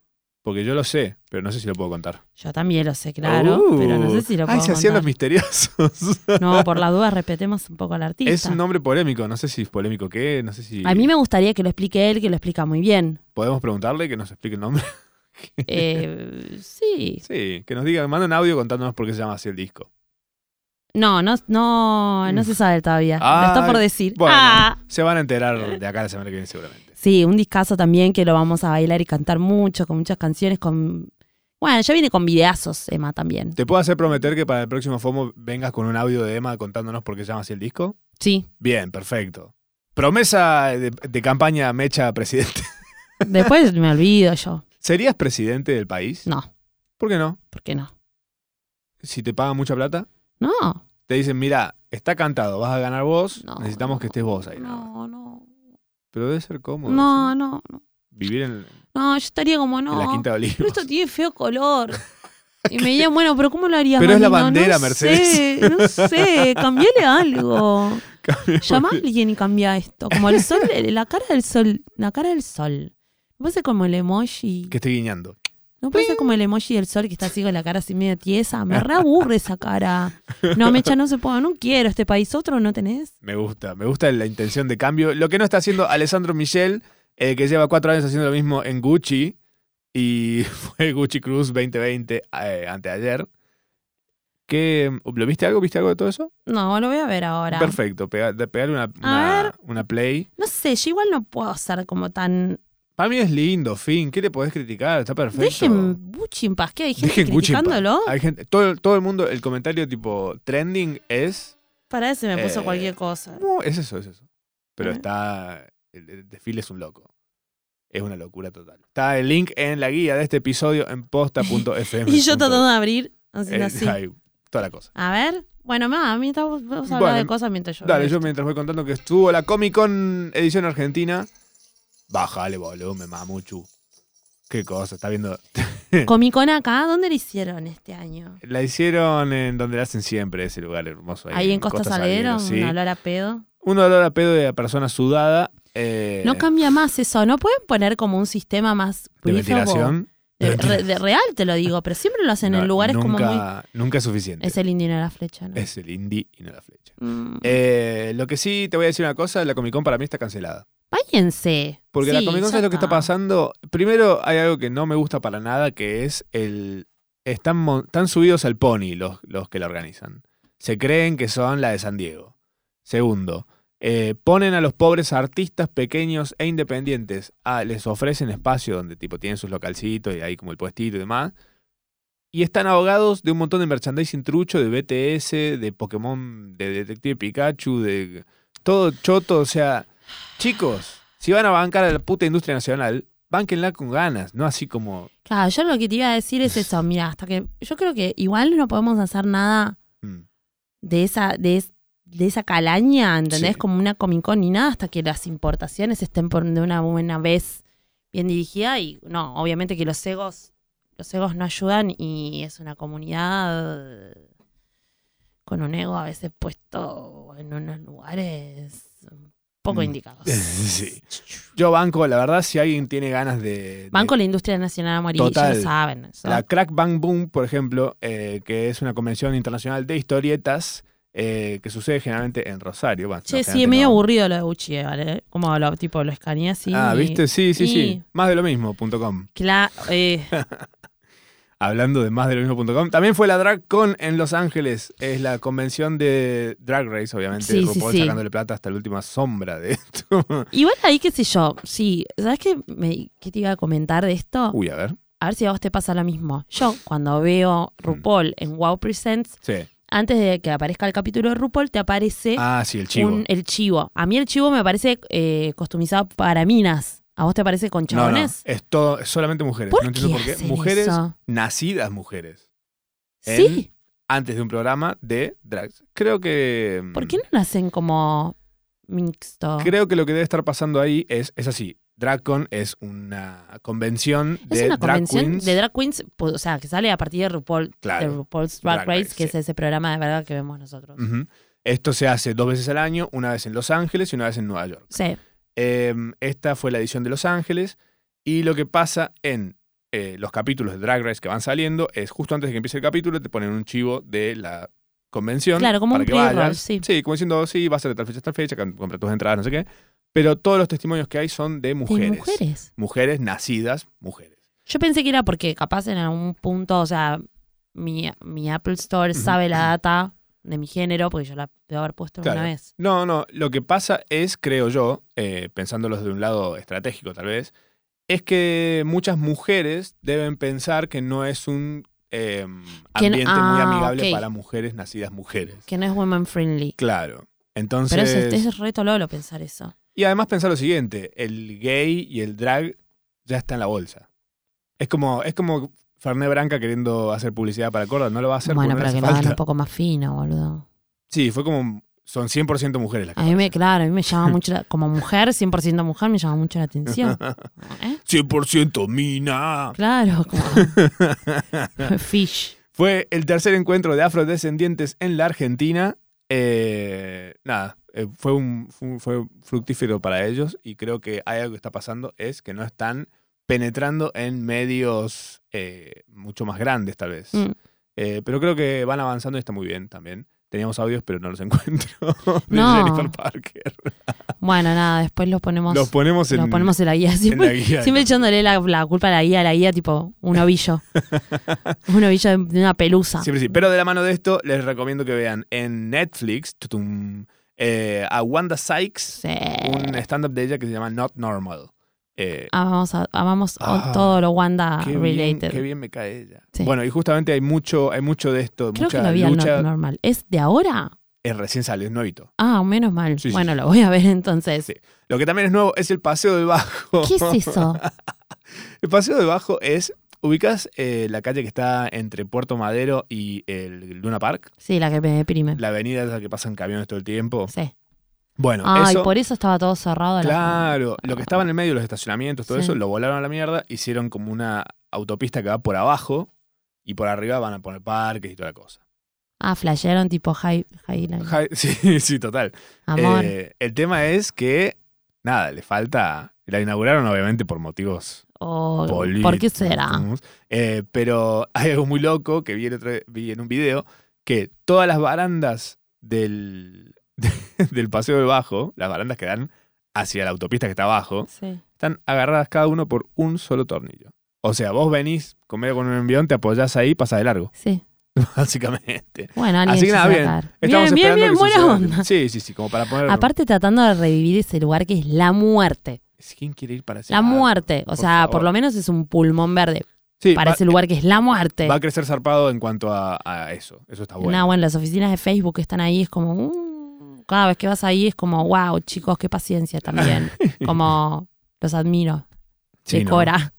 Porque yo lo sé, pero no sé si lo puedo contar. Yo también lo sé, claro, Uh. pero no sé si lo puedo Ay, se hacían los contar. misteriosos. No, por la duda respetemos un poco al artista. es un nombre polémico, no sé si es polémico qué, no sé si... A mí me gustaría que lo explique él, que lo explica muy bien. ¿Podemos preguntarle que nos explique el nombre? Eh, sí. Sí, que nos diga, manda un audio contándonos por qué se llama así el disco. No, no, no, no se sabe todavía. Ah, lo está por decir. Bueno, Ah. se van a enterar de acá la semana que viene seguramente. Sí, un discazo también que lo vamos a bailar y cantar mucho, con muchas canciones, con... Bueno, ya viene con videazos, Emma, también. ¿Te puedo hacer prometer que para el próximo FOMO vengas con un audio de Emma contándonos por qué se llama así el disco? Sí. Bien, perfecto. Promesa de, de campaña mecha presidente. Después me olvido yo. ¿Serías presidente del país? No, ¿Por qué no? ¿por qué no? Si te pagan mucha plata, No. te dicen, mira, está cantado, vas a ganar vos, No, necesitamos que estés vos ahí. nada más". No, no. Pero debe ser cómodo. No, ¿sí? no, no. Vivir en, No, yo estaría como, en la no. Quinta de Olivos. Pero esto tiene feo color. Y me dirían, bueno, pero ¿cómo lo harías? Pero es la mami? No, bandera, no Mercedes. Sé, no sé, cambiale algo. Llama a alguien y cambia esto. Como el sol, la cara del sol. La cara del sol. No puede ser como el emoji. Que esté guiñando. No puede ser como el emoji del sol que está así con la cara así medio tiesa. Me reaburre esa cara. No, Mecha, no se puede. No quiero este país. ¿Otro no tenés? Me gusta, me gusta la intención de cambio. Lo que no está haciendo Alessandro Michel, eh, que lleva cuatro años haciendo lo mismo en Gucci, y fue Gucci Cruz 2020 eh, anteayer. ¿Qué, ¿Lo viste algo? ¿Viste algo de todo eso? No, lo voy a ver ahora. Perfecto, pega- de pegarle una, una, ver. una play. No sé, yo igual no puedo ser como tan. Para mí es lindo, fin. ¿Qué le podés criticar? Está perfecto. Dejen Gucci en paz. ¿Qué? ¿Hay gente Dejen Gucci en paz. criticándolo? Hay gente, todo, todo el mundo, el comentario tipo trending es. Para eso me puso Eh, cualquier cosa. No, es eso, es eso. Pero Ah. está. El, el desfile es un loco. Es una locura total. Está el link en la guía de este episodio en posta.fm. Y yo tratando de abrir, haciendo Eh, así. ahí, toda la cosa. A ver. Bueno, ma, mientras vos, vos hablás Bueno, de cosas mientras yo. Dale, veo yo esto. mientras voy contando que estuvo la Comic Con edición argentina. Bájale volumen, mamuchu. Qué cosa, está viendo. Comic Con acá, ¿dónde lo hicieron este año? La hicieron en donde la hacen siempre, ese lugar hermoso. Ahí, Ahí, en Costa, Salero, sí. un olor a pedo. Un olor a pedo de persona sudada. eh, No cambia más eso. ¿No pueden poner como un sistema más de briefe o- ventilación. De, re- de real te lo digo, pero siempre lo hacen No, en lugares nunca, como muy. Nunca es suficiente. Es el indio de la flecha, ¿no? Es el indie y no la flecha. Mm. Eh, lo que sí te voy a decir una cosa, la Comic Con para mí está cancelada. Váyanse. Porque Sí, la Comic Con ya es lo que está está. pasando. Primero hay algo que no me gusta para nada, que es el... Están, mon- están subidos al pony los, los que la organizan. Se creen que son la de San Diego. Segundo, eh, ponen a los pobres artistas pequeños e independientes. a- les ofrecen espacio donde tipo tienen sus localcitos y ahí como el puestito y demás. Y están ahogados de un montón de merchandising trucho, de BTS, de Pokémon, de Detective Pikachu, de todo choto. O sea, chicos, si van a bancar a la puta industria nacional, banquenla con ganas, no así como... Claro, yo lo que te iba a decir es eso. Mira, hasta que. Yo creo que igual no podemos hacer nada mm, de esa, de, es- de esa calaña, ¿entendés? Sí. Como una Comic Con ni nada, hasta que las importaciones estén por de una buena vez bien dirigida. Y no, obviamente que los egos, los egos no ayudan y es una comunidad con un ego a veces puesto en unos lugares poco Mm. indicados. Sí. Yo banco, la verdad, si alguien tiene ganas de... de- Banco la industria nacional a morir, Total. ya lo saben. eso. La Crack Bang Boom, por ejemplo, eh, que es una convención internacional de historietas eh, que sucede generalmente en Rosario. Bueno, no, Che, sí, generalmente es medio no. aburrido lo de Gucci, eh, ¿vale? Como lo, tipo, lo escaneas así. Ah, ¿viste? Sí, sí, sí. y- Más de lo mismo.com. Claro, Hablando de más de lo mismo.com, también fue la Drag Con en Los Ángeles. Es la convención de Drag Race, obviamente. Sí, sí, RuPaul sí. sacándole plata hasta la última sombra de esto. Igual ahí, qué sé yo, sí, ¿sabes qué, me- qué te iba a comentar de esto? Uy, a ver. A ver si a vos te pasa lo mismo. Yo, cuando veo Mm. RuPaul en Wow Presents, Sí. antes de que aparezca el capítulo de RuPaul, te aparece Ah, sí, el chivo. un- el chivo. A mí el chivo me parece eh, costumizado para minas. ¿A vos te parece con No, no, chabones? es todo, es solamente mujeres. ¿Por no qué entiendo por qué. hacen Mujeres eso? nacidas mujeres. en- Sí, Antes de un programa de drags. Creo que. mm, ¿por qué no nacen como mixto? Creo que lo que debe estar pasando ahí es, es así. DragCon es una convención Es de una drag convención queens. de drag queens, pues, o sea, que sale a partir de, RuPaul, Claro. de RuPaul's Drag, Drag Race, Race, sí. que es ese programa de verdad que vemos nosotros. Ujú. Esto se hace dos veces al año, una vez en Los Ángeles y una vez en Nueva York. Sí. Eh, esta fue la edición de Los Ángeles. Y lo que pasa en eh, los capítulos de Drag Race que van saliendo es justo antes de que empiece el capítulo, te ponen un chivo de la convención. Claro, como para un que pre-roll, vayas. sí. Sí, como diciendo, sí, vas a de tal fecha a tal fecha, com- compra tus entradas, no sé qué. Pero todos los testimonios que hay son de mujeres. De mujeres. Mujeres nacidas, mujeres. Yo pensé que era porque capaz en algún punto, o sea, mi, mi Apple Store Ujú. sabe la data de mi género, porque yo la debo haber puesto Claro. una vez. No, no, lo que pasa es, creo yo, eh, pensándolos de un lado estratégico tal vez, es que muchas mujeres deben pensar que no es un eh, Que no- ambiente muy ah, amigable ok. para mujeres nacidas mujeres. Que no es women friendly. Claro. Entonces, Pero es, este, es re tololo pensar eso. y además pensar lo siguiente, el gay y el drag ya está en la bolsa. Es como, es como Ferné Branca queriendo hacer publicidad para Córdoba, no lo va a hacer bueno, porque no le pero que hace lo hagan un falta. poco más fino, boludo. Sí, fue como, son 100% mujeres las que A mí me, aparecen. claro, a mí me llama mucho, la- como mujer, 100% mujer, me llama mucho la atención. ¿Eh? 100% mina. Claro, como fish. Fue el tercer encuentro de afrodescendientes en la Argentina. Eh, nada, eh, fue, un, fue, un- fue fructífero para ellos y creo que hay algo que está pasando, es que no están penetrando en medios eh, mucho más grandes tal vez. Mm. Eh, pero creo que van avanzando y está muy bien también. Teníamos audios, pero no los encuentro. De No. Jennifer Parker. Bueno, nada, después los ponemos, Los ponemos en, los ponemos en la guía. en Siempre, la guía. siempre echándole la, la culpa a la guía, a la guía tipo un ovillo. un ovillo de, de una pelusa. Siempre sí. Pero de la mano de esto, les recomiendo que vean en Netflix tutum, eh, a Wanda Sykes, Sí. un stand-up de ella que se llama Not Normal. Eh, Amamos, a- amamos Ah, o- todo lo Wanda qué, bien, related. qué bien me cae ella. Sí. Bueno, y justamente hay mucho, hay mucho de esto, Creo que mucha lo vi al lucha. Not normal. ¿Es de ahora? Eh, recién salió, es nuevito. Ah, menos mal. Sí, sí, bueno, sí. lo voy a ver entonces. Sí. Lo que también es nuevo es el Paseo del Bajo. ¿Qué es eso? El Paseo del Bajo es. ¿Ubicas eh, la calle que está entre Puerto Madero y el Luna Park? Sí, la que me deprime. La avenida esa que pasan camiones todo el tiempo. Sí. Bueno, Ah, eso. y por eso estaba todo cerrado. a la- Claro, lo que estaba en el medio, los estacionamientos, todo Sí. eso, lo volaron a la mierda, hicieron como una autopista que va por abajo y por arriba van a poner parques y toda la cosa. Ah, flashearon tipo High, Highland. Ja- Sí, sí, total. Amor. Eh, el tema es que, nada, le falta... La inauguraron obviamente por motivos o- políticos. ¿Por qué será? Eh, pero hay algo muy loco que vi, el otro- vi en un video, que todas las barandas del, del paseo del bajo, las barandas que dan hacia la autopista que está abajo, Sí. están agarradas cada uno por un solo tornillo. O sea, vos venís comer con un envión, te apoyás ahí y pasás de largo, Sí. básicamente. Bueno, alguien Así que se nada, va a bien. caer. Estamos Bien, bien, esperando bien, que buena suceda. onda. Sí, sí, sí, como para poner... Aparte tratando de revivir ese lugar que es la muerte. ¿Quién quiere ir para ese la lado? muerte. O por sea, por favor. lo menos es un pulmón verde Sí, para va, ese lugar que es la muerte. va a crecer zarpado en cuanto a, a eso. Eso está bueno. Nah, bueno, las oficinas de Facebook que están ahí es como... mm, cada vez que vas ahí es como, wow, chicos, qué paciencia también. como los admiro. Sí, ¿no? Decora.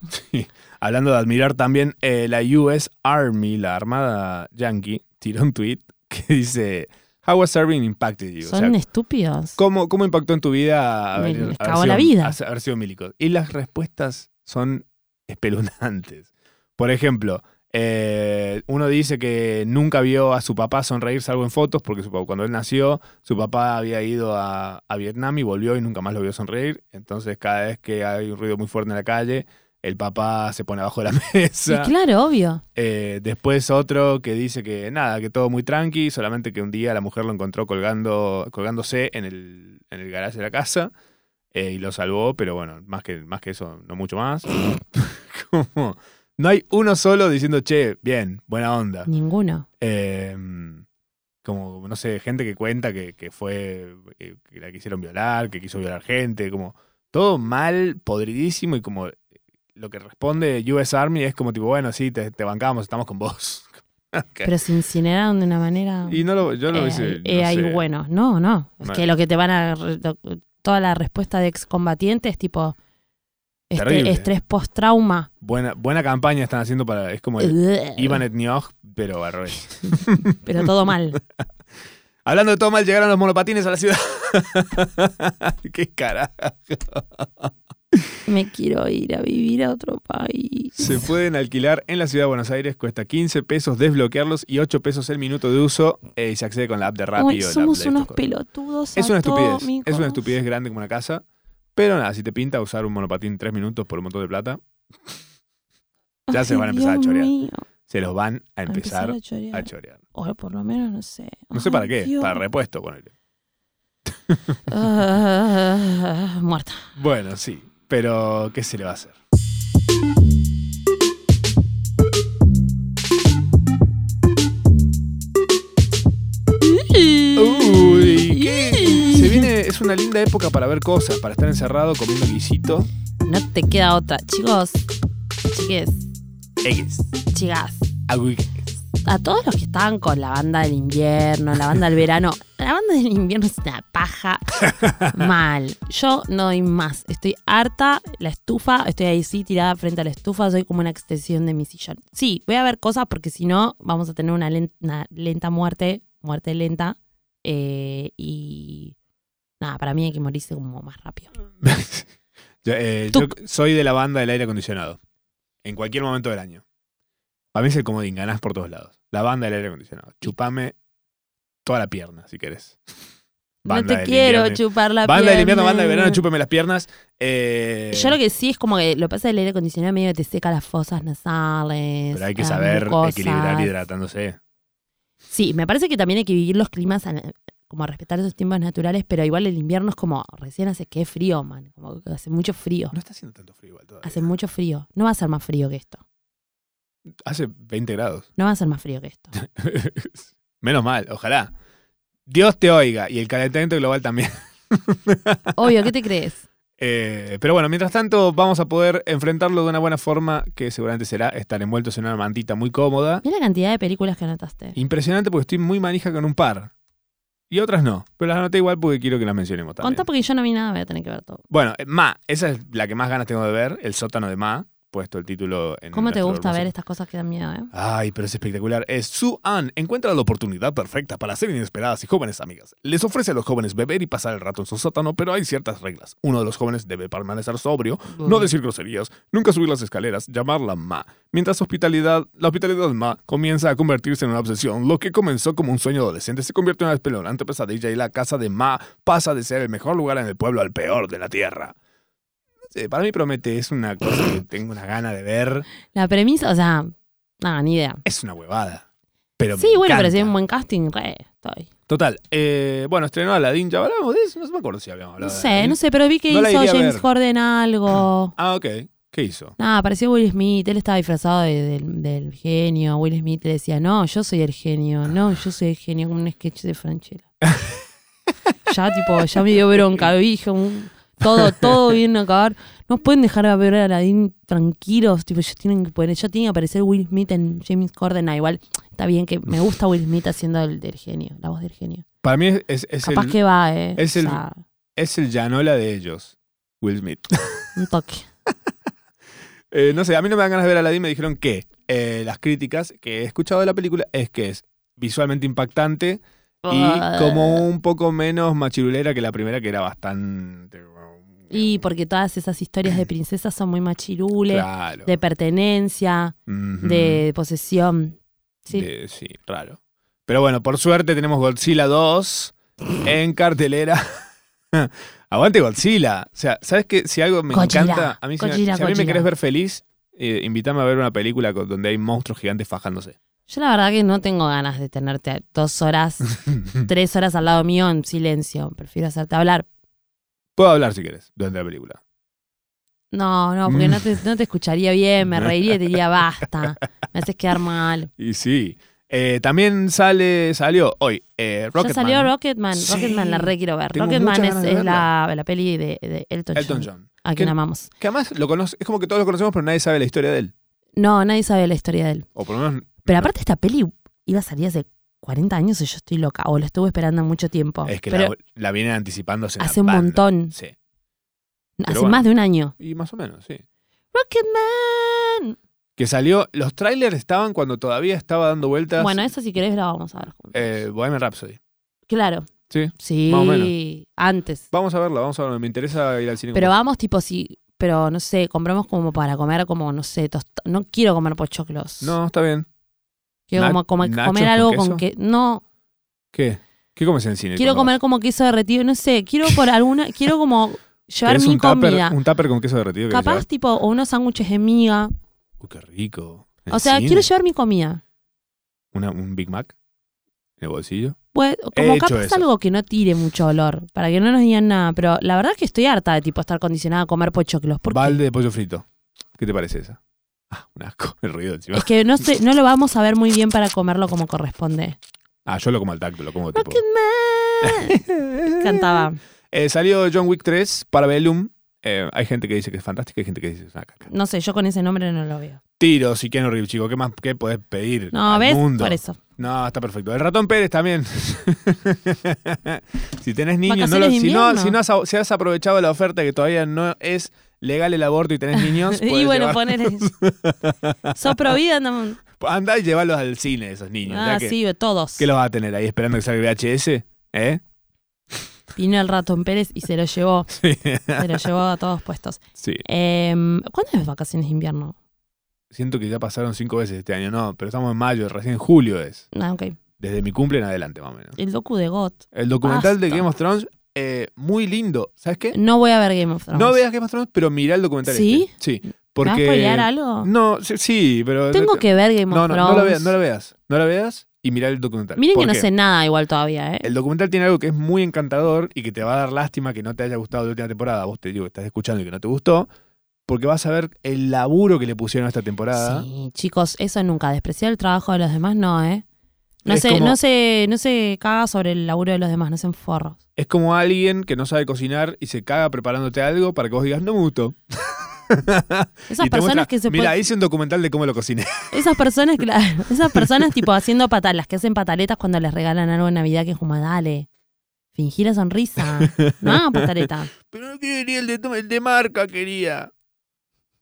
Hablando de admirar también, eh, la US Army, la Armada Yankee, tiró un tweet que dice, How was serving impacted you? O sea, Son estúpidos. ¿Cómo, cómo impactó en tu vida haber, Me- me haber cagó sido, la vida. ha- haber sido milico? Y las respuestas son espeluznantes. Por ejemplo, eh, uno dice que nunca vio a su papá sonreír salvo en fotos porque su papá- cuando él nació, su papá había ido a, a Vietnam y volvió y nunca más lo vio sonreír. Entonces cada vez que hay un ruido muy fuerte en la calle, el papá se pone abajo de la Sí, mesa. claro, obvio. Eh, después otro que dice que nada, que todo muy tranqui, solamente que un día la mujer lo encontró colgando, colgándose en el, en el garaje de la casa eh, y lo salvó, pero bueno, más que, más que eso, no mucho más. Como, no hay uno solo diciendo, che, bien, buena onda. Ninguno. Eh, como, no sé, gente que cuenta que, que fue, eh, que la quisieron violar, que quiso violar gente, como todo mal, podridísimo y como eh, lo que responde US Army es como tipo, bueno, sí, te, te bancamos, estamos con vos. Pero se incineraron de una manera. Eh. Y no lo, yo lo eh, hice. eh, ahí buenos. No, no. Es Mal. que lo que te van a. re- lo- Toda la respuesta de excombatientes es tipo. este- Terrible. estrés post-trauma. Buena, buena campaña están haciendo para, es como el Ivan Etniog, pero al revés. Pero todo mal. Hablando de todo mal, llegaron los monopatines a la ciudad. Qué carajo. Me quiero ir a vivir a otro país. Se pueden alquilar en la ciudad de Buenos Aires, cuesta 15 pesos desbloquearlos y 8 pesos el minuto de uso eh, y se accede con la app de Rappi Ay, o la app somos de unos estas cosas. pelotudos. Es una estupidez, atómicos. es una estupidez grande como una casa, Pero nada, si te pinta usar un monopatín tres minutos por un montón de plata, ya se Ay, van a empezar a Dios chorear. mío. se los van a A empezar a chorear. a chorear. O por lo menos, no sé. No sé Ay, para qué, Dios. para repuesto, ponele. Ah, muerta. Bueno, sí, pero ¿qué se le va a hacer? Uy, ¿qué? Se viene, es una linda época para ver cosas, para estar encerrado comiendo guisito. No te queda otra. Chicos, chiques, Eggs, chicas. agüiques. A todos los que estaban con la banda del invierno, la banda del verano. La banda del invierno es una paja mal. Yo no doy más. Estoy harta, la estufa, estoy ahí sí tirada frente a la estufa, soy como una extensión de mi sillón. Sí, voy a ver cosas porque si no vamos a tener una, len- una lenta muerte, muerte lenta. eh, y nada, para mí hay que morirse como más rápido. yo, eh, Tú. yo soy de la banda del aire acondicionado. En cualquier momento del año. Para mí es el comodín, ganás por todos lados. La banda del aire acondicionado. Chupame toda la pierna, si querés. Banda no te del quiero invierno. chupar la Banda del invierno, pierna. banda del verano, chúpeme las piernas. Eh, Yo lo que sí es como que lo que pasa es que el aire acondicionado medio que te seca las fosas nasales. Pero hay que las saber mucosas. equilibrar hidratándose. Sí, me parece que también hay que vivir los climas, an- como respetar esos tiempos naturales, pero igual el invierno es como recién hace que frío, man. Como que hace mucho frío. No está haciendo tanto frío igual todavía. Hace mucho frío. No va a ser más frío que esto. Hace 20 grados. No va a ser más frío que esto. Menos mal, ojalá. Dios te oiga y el calentamiento global también. Obvio, ¿qué te crees? Eh, pero bueno, mientras tanto vamos a poder enfrentarlo de una buena forma que seguramente será estar envueltos en una mantita muy cómoda. Mira la cantidad de películas que anotaste. Impresionante porque estoy muy manija con un par. Y otras no, pero las anoté igual porque quiero que las mencionemos también. Contá porque yo no vi nada, voy a tener que ver todo. Bueno, eh, Ma, esa es la que más ganas tengo de ver, El sótano de Ma, puesto el título en ¿Cómo te nuestro gusta Mm, hermoso- ver estas cosas que dan miedo, eh? Ay, pero es espectacular. Es Su An encuentra la oportunidad perfecta para ser inesperadas y jóvenes amigas. Les ofrece a los jóvenes beber y pasar el rato en su sótano, pero hay ciertas reglas. Uno de los jóvenes debe permanecer sobrio, no decir groserías, nunca subir las escaleras, llamarla Ma. Mientras hospitalidad, la hospitalidad Ma comienza a convertirse en una obsesión. Lo que comenzó como un sueño adolescente se convierte en una espeluznante pesadilla y la casa de Ma pasa de ser el mejor lugar en el pueblo al peor de la tierra. No sé, para mí promete, es una cosa que tengo una gana de ver. La premisa, o sea, nada, ni idea. Es una huevada. Pero Sí, me bueno, pero encanta. si hay un buen casting, re, estoy. Total. eh, bueno, estrenó Aladdin. ¿Ya hablamos de eso? No me acuerdo si habíamos No hablado de sé, Aladdin. no sé, pero vi que No la hizo iría a James ver. Corden algo. Ah, ok. ¿Qué hizo? Nada, parecía Will Smith, él estaba disfrazado de- del, del genio. Will Smith le decía, no, yo soy el genio, no, yo soy el genio, como un sketch de Franchella. ya, tipo, ya me dio bronca, dije, un- todo, todo viene a acabar. No pueden dejar a ver a Aladdin tranquilos, tipo, ellos tienen que poner, ya tiene que aparecer Will Smith en James Corden. Ah, igual, está bien que me gusta Will Smith haciendo el del genio, la voz del genio. Para mí es, es- es Capaz el, que va, eh. es el- o sea, es el Yanola de ellos. Will Smith. un toque. Eh, no sé, a mí no me dan ganas de ver Aladdin. Me dijeron que eh, las críticas que he escuchado de la película es que es visualmente impactante y como un poco menos machirulera que la primera, que era bastante. Y porque todas esas historias de princesas son muy machirules, Claro. de pertenencia, Ujú. de posesión. Sí. De- sí, raro. Pero bueno, por suerte tenemos Godzilla 2 en cartelera. Aguante Godzilla. O sea, ¿sabes qué? Si algo me Godzilla, encanta, a mí, si- Godzilla, si, a mí me Godzilla. querés ver feliz, eh, invítame a ver una película con- donde hay monstruos gigantes fajándose. Yo la verdad que no tengo ganas de tenerte dos horas, tres horas al lado mío en silencio. Prefiero hacerte hablar. Puedo hablar si querés durante la película. No, no, porque no Mm. te, no te escucharía bien, me reiría y te diría basta, me haces quedar mal. Y sí. Eh, también sale, salió hoy eh, Ya salió Rocketman, Rocketman, Sí. Rocketman la re quiero ver. Tengo Rocketman muchas es, ganas de es la, la peli de, de Elton, Elton John, John. a quien Que- amamos. Que además lo conoce, es como que todos lo conocemos, pero nadie sabe la historia de él. No, nadie sabe la historia de él. O por lo menos. Pero aparte esta peli iba a salir hace 40 años y yo estoy loca, o lo estuve esperando mucho tiempo. Es que Pero la, la vienen anticipando hace, una hace un banda. montón, Sí. hace bueno. más de un año. Y más o menos, sí. Rocketman. Que salió. Los trailers estaban cuando todavía estaba dando vueltas. Bueno, eso si querés la vamos a ver juntos. eh, Bohemian Rhapsody. claro. Sí, Sí, más o antes. Vamos a verla, vamos a verla. Me interesa ir al cine. con Pero vos. vamos tipo si, pero no sé, compramos como para comer como, no sé, tost- no quiero comer pochoclos. No, está bien. Quiero na- como, como- nachos comer con algo queso. con que no, ¿Qué? ¿Qué comes en el cine? quiero cuando comer como queso derretido, no sé, quiero por alguna, quiero como llevar ¿Querés mi un tupper, comida. un tupper con queso derretido? ¿Querés Capaz, llevar? tipo, o unos sándwiches de miga. Uy, qué rico. ¿En O el sea, cine? quiero llevar mi comida. Una- un Big Mac en el bolsillo. Pues, He como hecho capaz eso. algo que no tire mucho olor, para que no nos digan nada. Pero la verdad es que estoy harta de tipo estar condicionada a comer pochoclos. Porque Balde de pollo frito. ¿Qué te parece esa? Ah, un asco. El ruido encima. es que no, sé, no lo vamos a ver muy bien para comerlo como corresponde. Ah, yo lo como al tacto, lo como tipo. Rocketman. Cantaba. Eh, salió John Wick 3 para Bellum. Eh, hay gente que dice que es fantástica, hay gente que dice que es una caca. No sé, yo con ese nombre no lo veo. Tiros y Keanu Reeves, chico. ¿Qué más qué podés pedir? No, al ¿ves? mundo? Por eso. No, está perfecto. El ratón Pérez también. si tenés niños, no lo- Vacaciones de si, no, invierno. si no has, si has aprovechado la oferta que todavía no es legal el aborto y tenés niños, Y podés bueno, llevar- ponele. Sos pro vida, no- andá y llévalos al cine esos niños. Ah, ya que, sí, todos. ¿Qué los vas a tener ahí esperando que salga el VHS? ¿Eh? Vino el ratón Pérez y se lo llevó. Sí. se lo llevó a todos puestos. sí. Em, ¿Cuándo es vacaciones de invierno? Siento que ya pasaron cinco veces este año, no, pero estamos en mayo, recién julio es. Ah, ok. Desde mi cumple en adelante, más o menos. El docu de GOT. El documental de Basta. Game of Thrones, eh, muy lindo. ¿Sabes qué? No voy a ver Game of Thrones. No veas Game of Thrones, pero mirá el documental. ¿Sí? este. Sí. ¿Me vas a Porque. spoilear algo? No, sí, sí, pero. Tengo que ver Game No, of no, Thrones. no la veas, no la veas. No la veas y mirá el documental. Miren que ¿Por no qué? sé nada igual todavía, ¿eh? El documental tiene algo que es muy encantador y que te va a dar lástima que no te haya gustado la última temporada. Vos te digo que estás escuchando y que no te gustó, porque vas a ver el laburo que le pusieron a esta temporada. Sí, chicos, eso nunca. Despreciar el trabajo de los demás, no, ¿eh? No Es se, como- no, se, no se caga sobre el laburo de los demás, no sean forros. Es como alguien que no sabe cocinar y se caga preparándote algo para que vos digas, no me gustó. Esas Y te muestra, personas que se Mira, pueden- hice un documental de cómo lo cociné. Esas personas, claro, esas personas tipo haciendo patalas, las que hacen pataletas cuando les regalan algo en Navidad que es como, dale, fingí la sonrisa. No, pataleta. Pero no quería el de, to- el de marca, quería.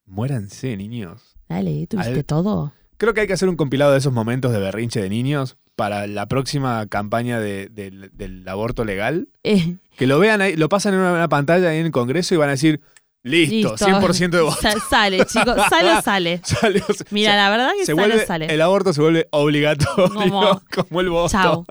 Muéranse, niños. Dale, ¿tuviste Al- todo? Creo que hay que hacer un compilado de esos momentos de berrinche de niños para la próxima campaña de- del- del aborto legal. Eh, Que lo vean ahí, lo pasan en una, una pantalla ahí en el Congreso y van a decir, listo, listo. 100% de votos. Sa- sale, chicos, sale o sale. Salió, se- Mira, se- la verdad que se sale vuelve- o sale. El aborto se vuelve obligatorio, como, Como- el voto. Chao.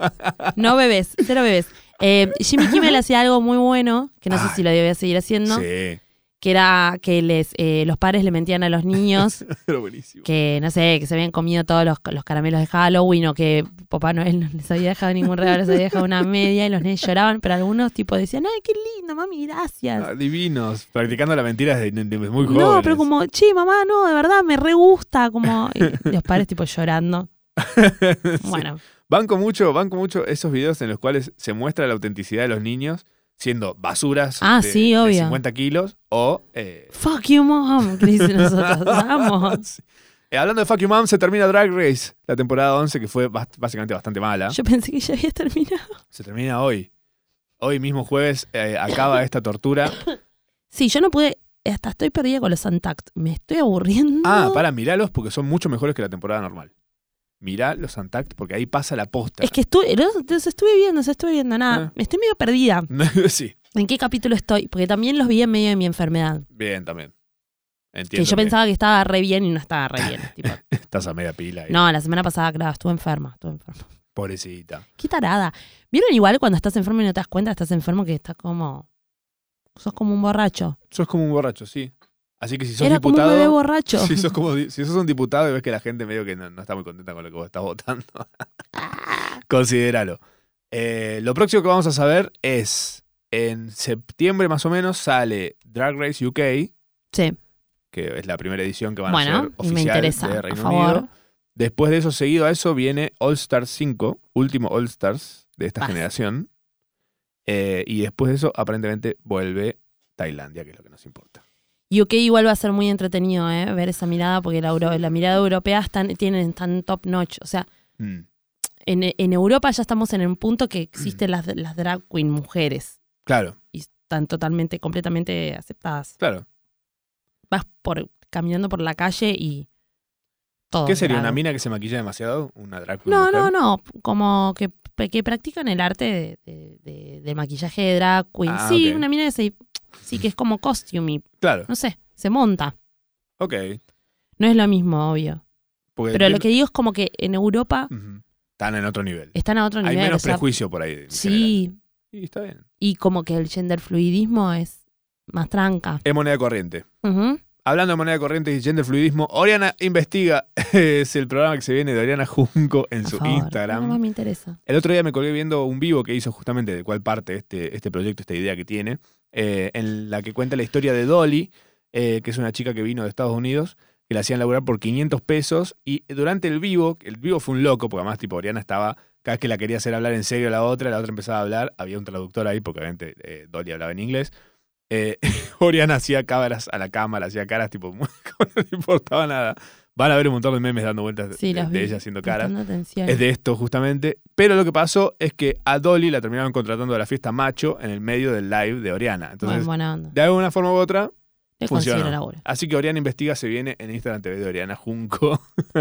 No bebés, cero bebés. Eh, Jimmy Kimmel hacía algo muy bueno, que no Ay. sé si lo debía seguir haciendo, Sí, que era que les, eh, los padres le mentían a los niños pero buenísimo. que, no sé, que se habían comido todos los, los caramelos de Halloween o que Papá Noel no les había dejado ningún regalo, les había dejado una media y los niños lloraban, pero algunos tipo decían, ay, qué lindo, mami, gracias. Ah, divinos, practicando la mentira desde, desde muy jóvenes. No, pero como, che, mamá, no, de verdad, me re gusta, como y los padres tipo llorando. Sí. Bueno, Banco mucho, banco mucho esos videos en los cuales se muestra la autenticidad de los niños siendo basuras Ah, de, sí, de obvio. 50 kilos o... eh, fuck you, mom, que le dicen nosotros, vamos. Sí. Eh, hablando de Fuck You Mom, se termina Drag Race, la temporada 11, que fue bas- básicamente bastante mala. Yo pensé que ya había terminado. Se termina hoy. Hoy mismo jueves eh, acaba esta tortura. Sí, yo no pude. Hasta estoy perdida con los Untact. Me estoy aburriendo. Ah, para, miralos porque son mucho mejores que la temporada normal. Mirá los Untact porque ahí pasa la posta. Es que estuve, los, los estuve viendo, no estuve viendo nada. Ah. Me estoy medio perdida. sí, ¿En qué capítulo estoy? Porque también los vi en medio de mi enfermedad. bien también. Entiendo. Que yo pensaba que estaba re bien y no estaba re bien. tipo. Estás a media pila. ahí. no, la semana pasada, claro, estuve enferma, estuve enferma. Pobrecita. Qué tarada. ¿Vieron igual cuando estás enfermo y no te das cuenta, estás enfermo que estás como. Sos como un borracho. Sos como un borracho, sí. Así que si sos Era diputado. como un bebé borracho. si sos, como, di- si sos un diputado y ves que la gente medio que no, no está muy contenta con lo que vos estás votando, Ah. considéralo. Eh, lo próximo que vamos a saber es, en septiembre más o menos sale Drag Race UK, Sí. que es la primera edición que van a Bueno, hacer y me oficial interesa. de A Reino favor. Unido. Después de eso, seguido a eso, viene All Stars 5, último All Stars de esta Vas. generación. Eh, y después de eso, aparentemente, vuelve Tailandia, que es lo que nos importa. UK igual va a ser muy entretenido, ¿eh? Ver esa mirada, porque la, euro- la mirada europea están, tienen, tan top notch. O sea, Mm. en, en Europa ya estamos en un punto que existen las, las drag queen mujeres Claro, y están totalmente, completamente aceptadas. claro. Vas por caminando por la calle y todo. ¿Qué sería? drag. ¿Una mina que se maquilla demasiado? ¿Una drag queen No, mujer? no, no. Como que, que practican el arte de, de- de- del maquillaje de drag queen. Ah, sí, ok. una mina que se- sí que es como costume y, Claro, no sé, se monta. ok. No es lo mismo, obvio. Eh, Porque Pero lo entiendo- que digo es como que en Europa Ujú. Están en otro nivel. están a otro Hay nivel. menos o sea, prejuicio por ahí. en general. sí, Y está bien. y como que el gender fluidismo es más tranca. Es moneda corriente. Ujú. Hablando de moneda corriente y gender fluidismo, Oriana Investiga es el programa que se viene de Oriana Junco en Por su favor. Instagram. No más me interesa. El otro día me colgué viendo un vivo que hizo justamente de cuál parte este, este proyecto, esta idea que tiene, eh, en la que cuenta la historia de Dolly, eh, que es una chica que vino de Estados Unidos, que la hacían laburar por 500 pesos y durante el vivo, el vivo fue un loco, porque además tipo Oriana estaba, cada vez que la quería hacer hablar en serio a la otra, la otra empezaba a hablar, había un traductor ahí, porque obviamente eh, Dolly hablaba en inglés. eh, Oriana hacía cámaras a la cámara, hacía caras tipo, como no le importaba nada. Van a ver un montón de memes dando vueltas de- Sí, de- los de vi. ella haciendo caras. Prestando atención. Es de esto justamente. Pero lo que pasó es que a Dolly la terminaron contratando a la fiesta macho en el medio del live de Oriana. Entonces, Bueno, buena onda. de alguna forma u otra. Le funciona. considero laburo. Así que Oriana Investiga se viene en Instagram TV de Oriana Junco.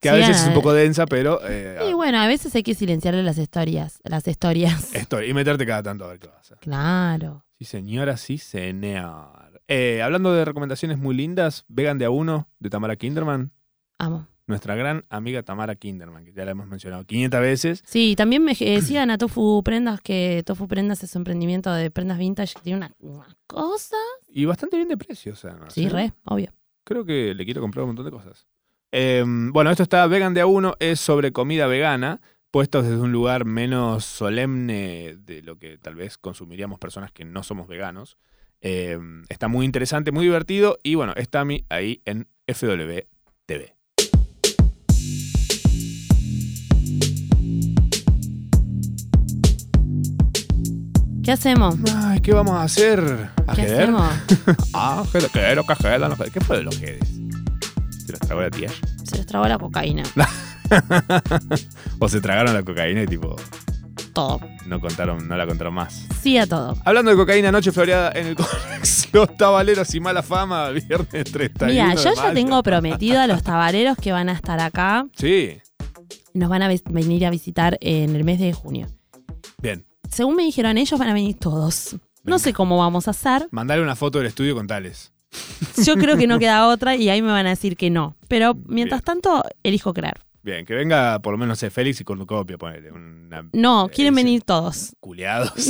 que a Sí, veces es un eh. poco densa, pero... eh, Y bueno, a veces hay que silenciarle las historias. Las historias. estoy. Y meterte cada tanto a ver qué pasa. Claro. Sí, señora, sí, señor. Eh, hablando de recomendaciones muy lindas, Vegan de a uno de Tamara Kinderman. Amo. Nuestra gran amiga Tamara Kinderman, que ya la hemos mencionado 500 veces. Sí, también me eh, sigan a Tofu Prendas, que Tofu Prendas es un emprendimiento de prendas vintage que tiene una, una cosa. Y bastante bien de precios, además. Sí, ¿eh? re, obvio. creo que le quiero comprar un montón de cosas. Eh, bueno, esto está Vegan de a uno, es sobre comida vegana, puestos desde un lugar menos solemne de lo que tal vez consumiríamos personas que no somos veganos. Eh, está muy interesante, muy divertido y bueno, está mi ahí en FWTV. ¿Qué hacemos? Ay, ¿qué vamos a hacer? ¿Qué ¿Ajedrez? hacemos? Ah, ajedrez, ¿qué era? ¿Qué ajedrez? No sé, ¿Qué fue de los jedes? ¿Se los tragó la tía? Se les trabó la cocaína. ¿O se tragaron la cocaína y tipo Todo. no contaron, no la contaron más? Sí a todo. Hablando de cocaína, noche floreada en el Conex, los tabaleros y mala fama, viernes 31 Mira, de yo ya mayo. tengo prometido a los tabareros que van a estar acá. Sí, Nos van a vis- venir a visitar en el mes de junio. bien. Según me dijeron ellos, van a venir todos. No sé cómo vamos a hacer. Mandale una foto del estudio con tales. Yo creo que no queda otra y ahí me van a decir que no. Pero mientras Bien. tanto, elijo creer. Bien, que venga por lo menos, no sé, Félix y Cornucopia, ponele. Una, No, quieren Ese. venir todos. culeados.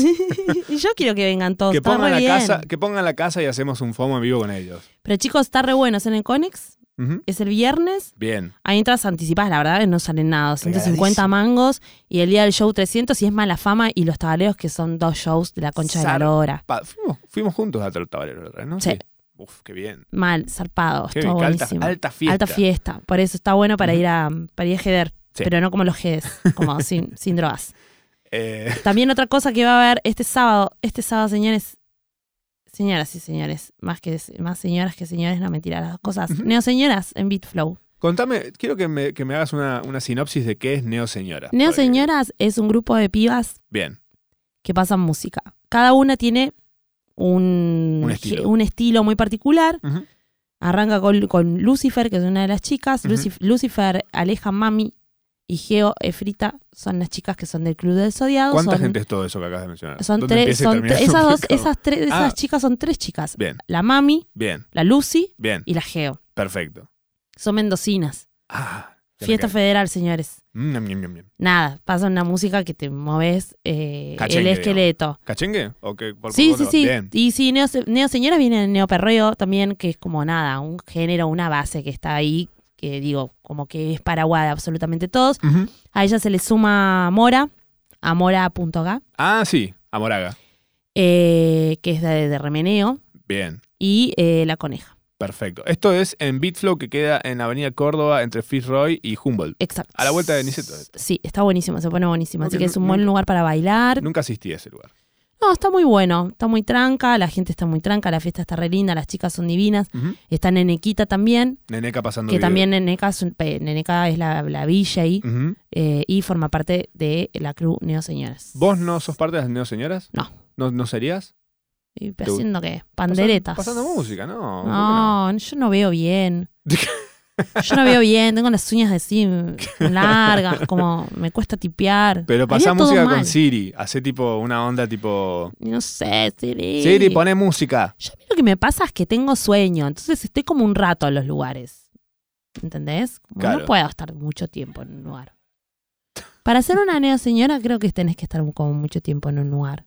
Y yo quiero que vengan todos. Que está pongan, re la bien. casa, que pongan la casa y hacemos un FOMO en vivo con ellos. Pero chicos, está re bueno. Es en el Conex. Ujú. Es el viernes. Bien. Ahí entras anticipadas, la verdad, que no salen nada. 150 Regaladísimo. mangos y el día del show 300 y es mala fama y los tabaleros que son dos shows de la concha de Zar- la lora. Pa- fuimos, fuimos juntos a los tabaleros, ¿verdad? ¿no? Sí. Uf, qué bien. Mal, zarpado. Qué estuvo bien, que alta, buenísimo. alta fiesta. Alta fiesta. Por eso está bueno para Ujú. ir a para ir a jeder, Sí. pero no como los jedes, como sin, sin drogas. Eh, También otra cosa que va a haber este sábado, este sábado, señores, señoras y señores, más que más señoras que señores, no mentira, las dos cosas. Ujú. Neo señoras en Bitflow. contame, quiero que me, que me hagas una, una sinopsis de qué es Neo Señora. Neo Porque- señoras es un grupo de pibas Bien. que pasan música. Cada una tiene un, Un estilo. un estilo muy particular. Ujú. Arranca con, con Lucifer, que es una de las chicas. Ujú. Lucif- Lucifer, Aleja Mami y Geo Efrita son las chicas que son del Club del Zodiaco. ¿Cuánta son, gente es todo eso que acabas de mencionar? Son ¿Dónde tres, empieza y son termina tres- eso? esas dos, esas tres, esas Ah. chicas son tres chicas. Bien, La Mami, bien, la Lucy bien. y la Geo. Perfecto. Son mendocinas. Ah, ya me Fiesta caí. federal, señores. Mm, ñam, ñam, ñam, ñam. Nada, pasa una música que te moves eh, el Cachengue, esqueleto. ¿Cachengue? ¿O qué? Por- Sí, por sí, otro- sí. Bien. Y sí, Neo, Neo Señoras viene el neoperreo también, que es como nada, un género, una base que está ahí, que digo, como que es paraguada de absolutamente todos. Ujú. A ella se le suma Mora, a mora.ga, Ah, sí, Amoraga. eh, que es de, de remeneo, Bien, y eh, La Coneja. perfecto. Esto es en Bitflow que queda en Avenida Córdoba entre Fitzroy y Humboldt. Exacto. A la vuelta de Niceto. Sí, está buenísimo, se pone buenísimo. Así Porque que es un nu- buen nunca- lugar para bailar. Nunca asistí a ese lugar. No, está muy bueno, está muy tranca, la gente está muy tranca, la fiesta está re linda, las chicas son divinas. Ujú. Están en Equita también, Neneca pasando que video. también Neneca es, un- pe- Neneca es la, la villa ahí. Ujú. eh, y forma parte de la crew Neo Señoras. ¿Vos no sos parte de las Neo Señoras? No. ¿No, no serías? ¿Y ¿Te- haciendo qué? Pasando- Panderetas. Pasando, música, no. ¿por qué no? No, yo no veo bien. Yo no veo bien, tengo las uñas así largas, como me cuesta tipear. Pero Haría pasá todo música con mal. Siri. Hacé tipo una onda tipo. No sé, Siri. Siri, pone música. Yo a mí lo que me pasa es que tengo sueño, entonces estoy como un rato en los lugares. ¿Entendés? Como Claro. No puedo estar mucho tiempo en un lugar. Para ser una neo señora creo que tenés que estar como mucho tiempo en un lugar.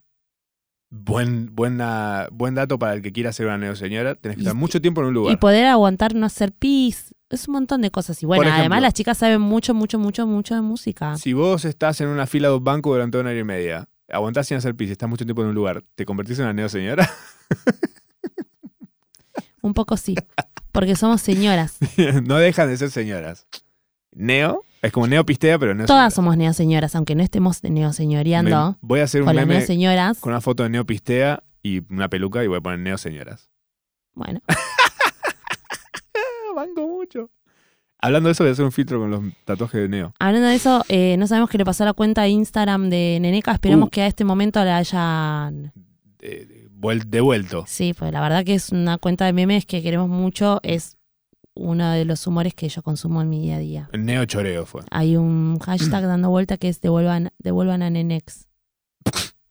Buen, buena, buen dato para el que quiera ser una neoseñora. Tenés que Y- estar mucho tiempo en un lugar. Y poder aguantar no hacer pis. Es un montón de cosas. Y bueno, Por ejemplo. además las chicas saben mucho, mucho, mucho, mucho de música. Si vos estás en una fila de un banco durante una hora y media, aguantás sin hacer pis, estás mucho tiempo en un lugar, ¿te convertís en una neoseñora? Un poco sí. Porque somos señoras. no dejan de ser señoras. Neo, es como neo pistea, pero no Todas somos neoseñoras, aunque no estemos neoseñoreando. Voy a hacer un Con las meme neoseñoras. con una foto de neo pistea y una peluca y voy a poner neo señoras. Bueno, Ah, banco mucho. Hablando de eso, voy a hacer un filtro con los tatuajes de neo. hablando de eso, eh, no sabemos qué le pasó a la cuenta de Instagram de Neneca. Esperemos Uh. que a este momento la hayan Eh, vuel- devuelto. Sí, pues la verdad que es una cuenta de memes que queremos mucho. Es uno de los humores que yo consumo en mi día a día. Neo choreo fue. Hay un hashtag dando vuelta que es devuelvan, devuelvan a Nenex.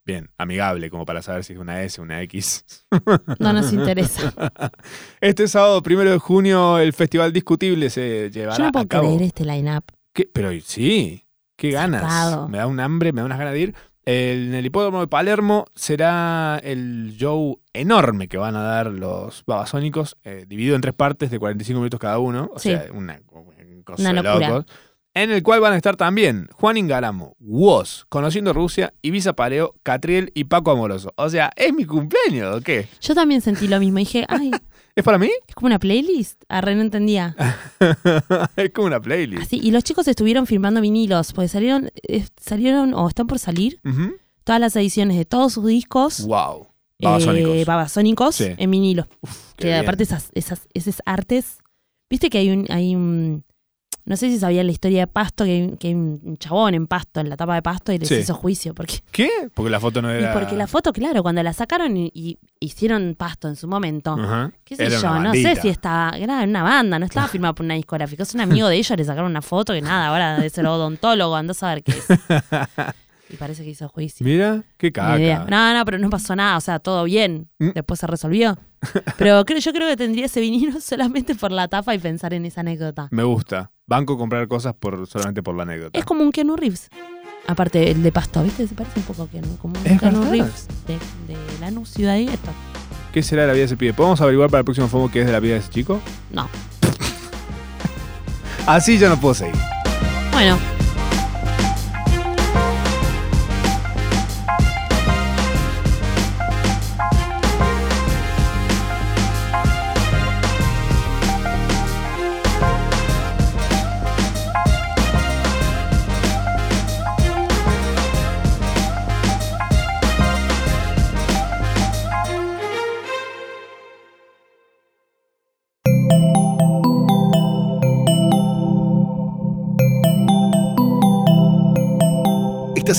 Bien, amigable, como para saber si es una S, una X. No nos interesa. Este sábado, primero de junio, el Festival Discutible se llevará Yo no a puedo cabo. creer este line-up. ¿Qué? Pero sí, qué ganas. Zarpado. Me da un hambre, me da unas ganas de ir. El- en el hipódromo de Palermo será el show enorme que van a dar los babasónicos, eh, dividido en tres partes de 45 minutos cada uno. O Sí. sea, una, una cosa Una de locura. locos. En el cual van a estar también Juan Ingaramo, Woz, Conociendo Rusia, Ibiza Pareo, Catriel y Paco Amoroso. O sea, ¿es mi cumpleaños o qué? Yo también sentí lo mismo. Dije, ay, ¿Es para mí? es como una playlist. Arre, no entendía. es como una playlist. Así, y los chicos estuvieron firmando vinilos, porque salieron, eh, salieron o están por salir Ujú. todas las ediciones de todos sus discos. Wow. eh, Babasónicos. babasónicos Sí. en vinilo. Qué Que bien. aparte esas, esas, esas artes. Viste que hay un, hay un. No sé si sabían la historia de Pasto, que hay, un- que hay un chabón en Pasto, en la tapa de Pasto, y les Sí. hizo juicio. Porque, ¿Qué? Porque la foto no y era. porque la foto, claro, cuando la sacaron y, y hicieron Pasto en su momento. Ajá. ¿Qué sé Era yo? una No sé bandita. si estaba. Era una banda, no estaba firmada por una discográfica. Es un amigo de ellos, le sacaron una foto que nada, ahora debe ser odontólogo, andó a saber qué es. Y parece que hizo juicio. Mira, qué Ni idea. caca. No, no, pero no pasó nada, o sea, todo bien. Mm. Después se resolvió. Pero creo, yo creo que tendría ese vinilo solamente por la tapa y pensar en esa anécdota. Me gusta. Banco comprar cosas por solamente por la anécdota. Es como un Keanu Reeves. Aparte, el de Pasto, ¿viste? Se parece un poco a Keanu, como un Es Keanu verdad. Reeves de, de Lanús Ciudad Abierta. ¿Qué será de la vida de ese pibe? ¿Podemos averiguar para el próximo FOMO qué es de la vida de ese chico? No. Así ya no puedo seguir. Bueno, Estás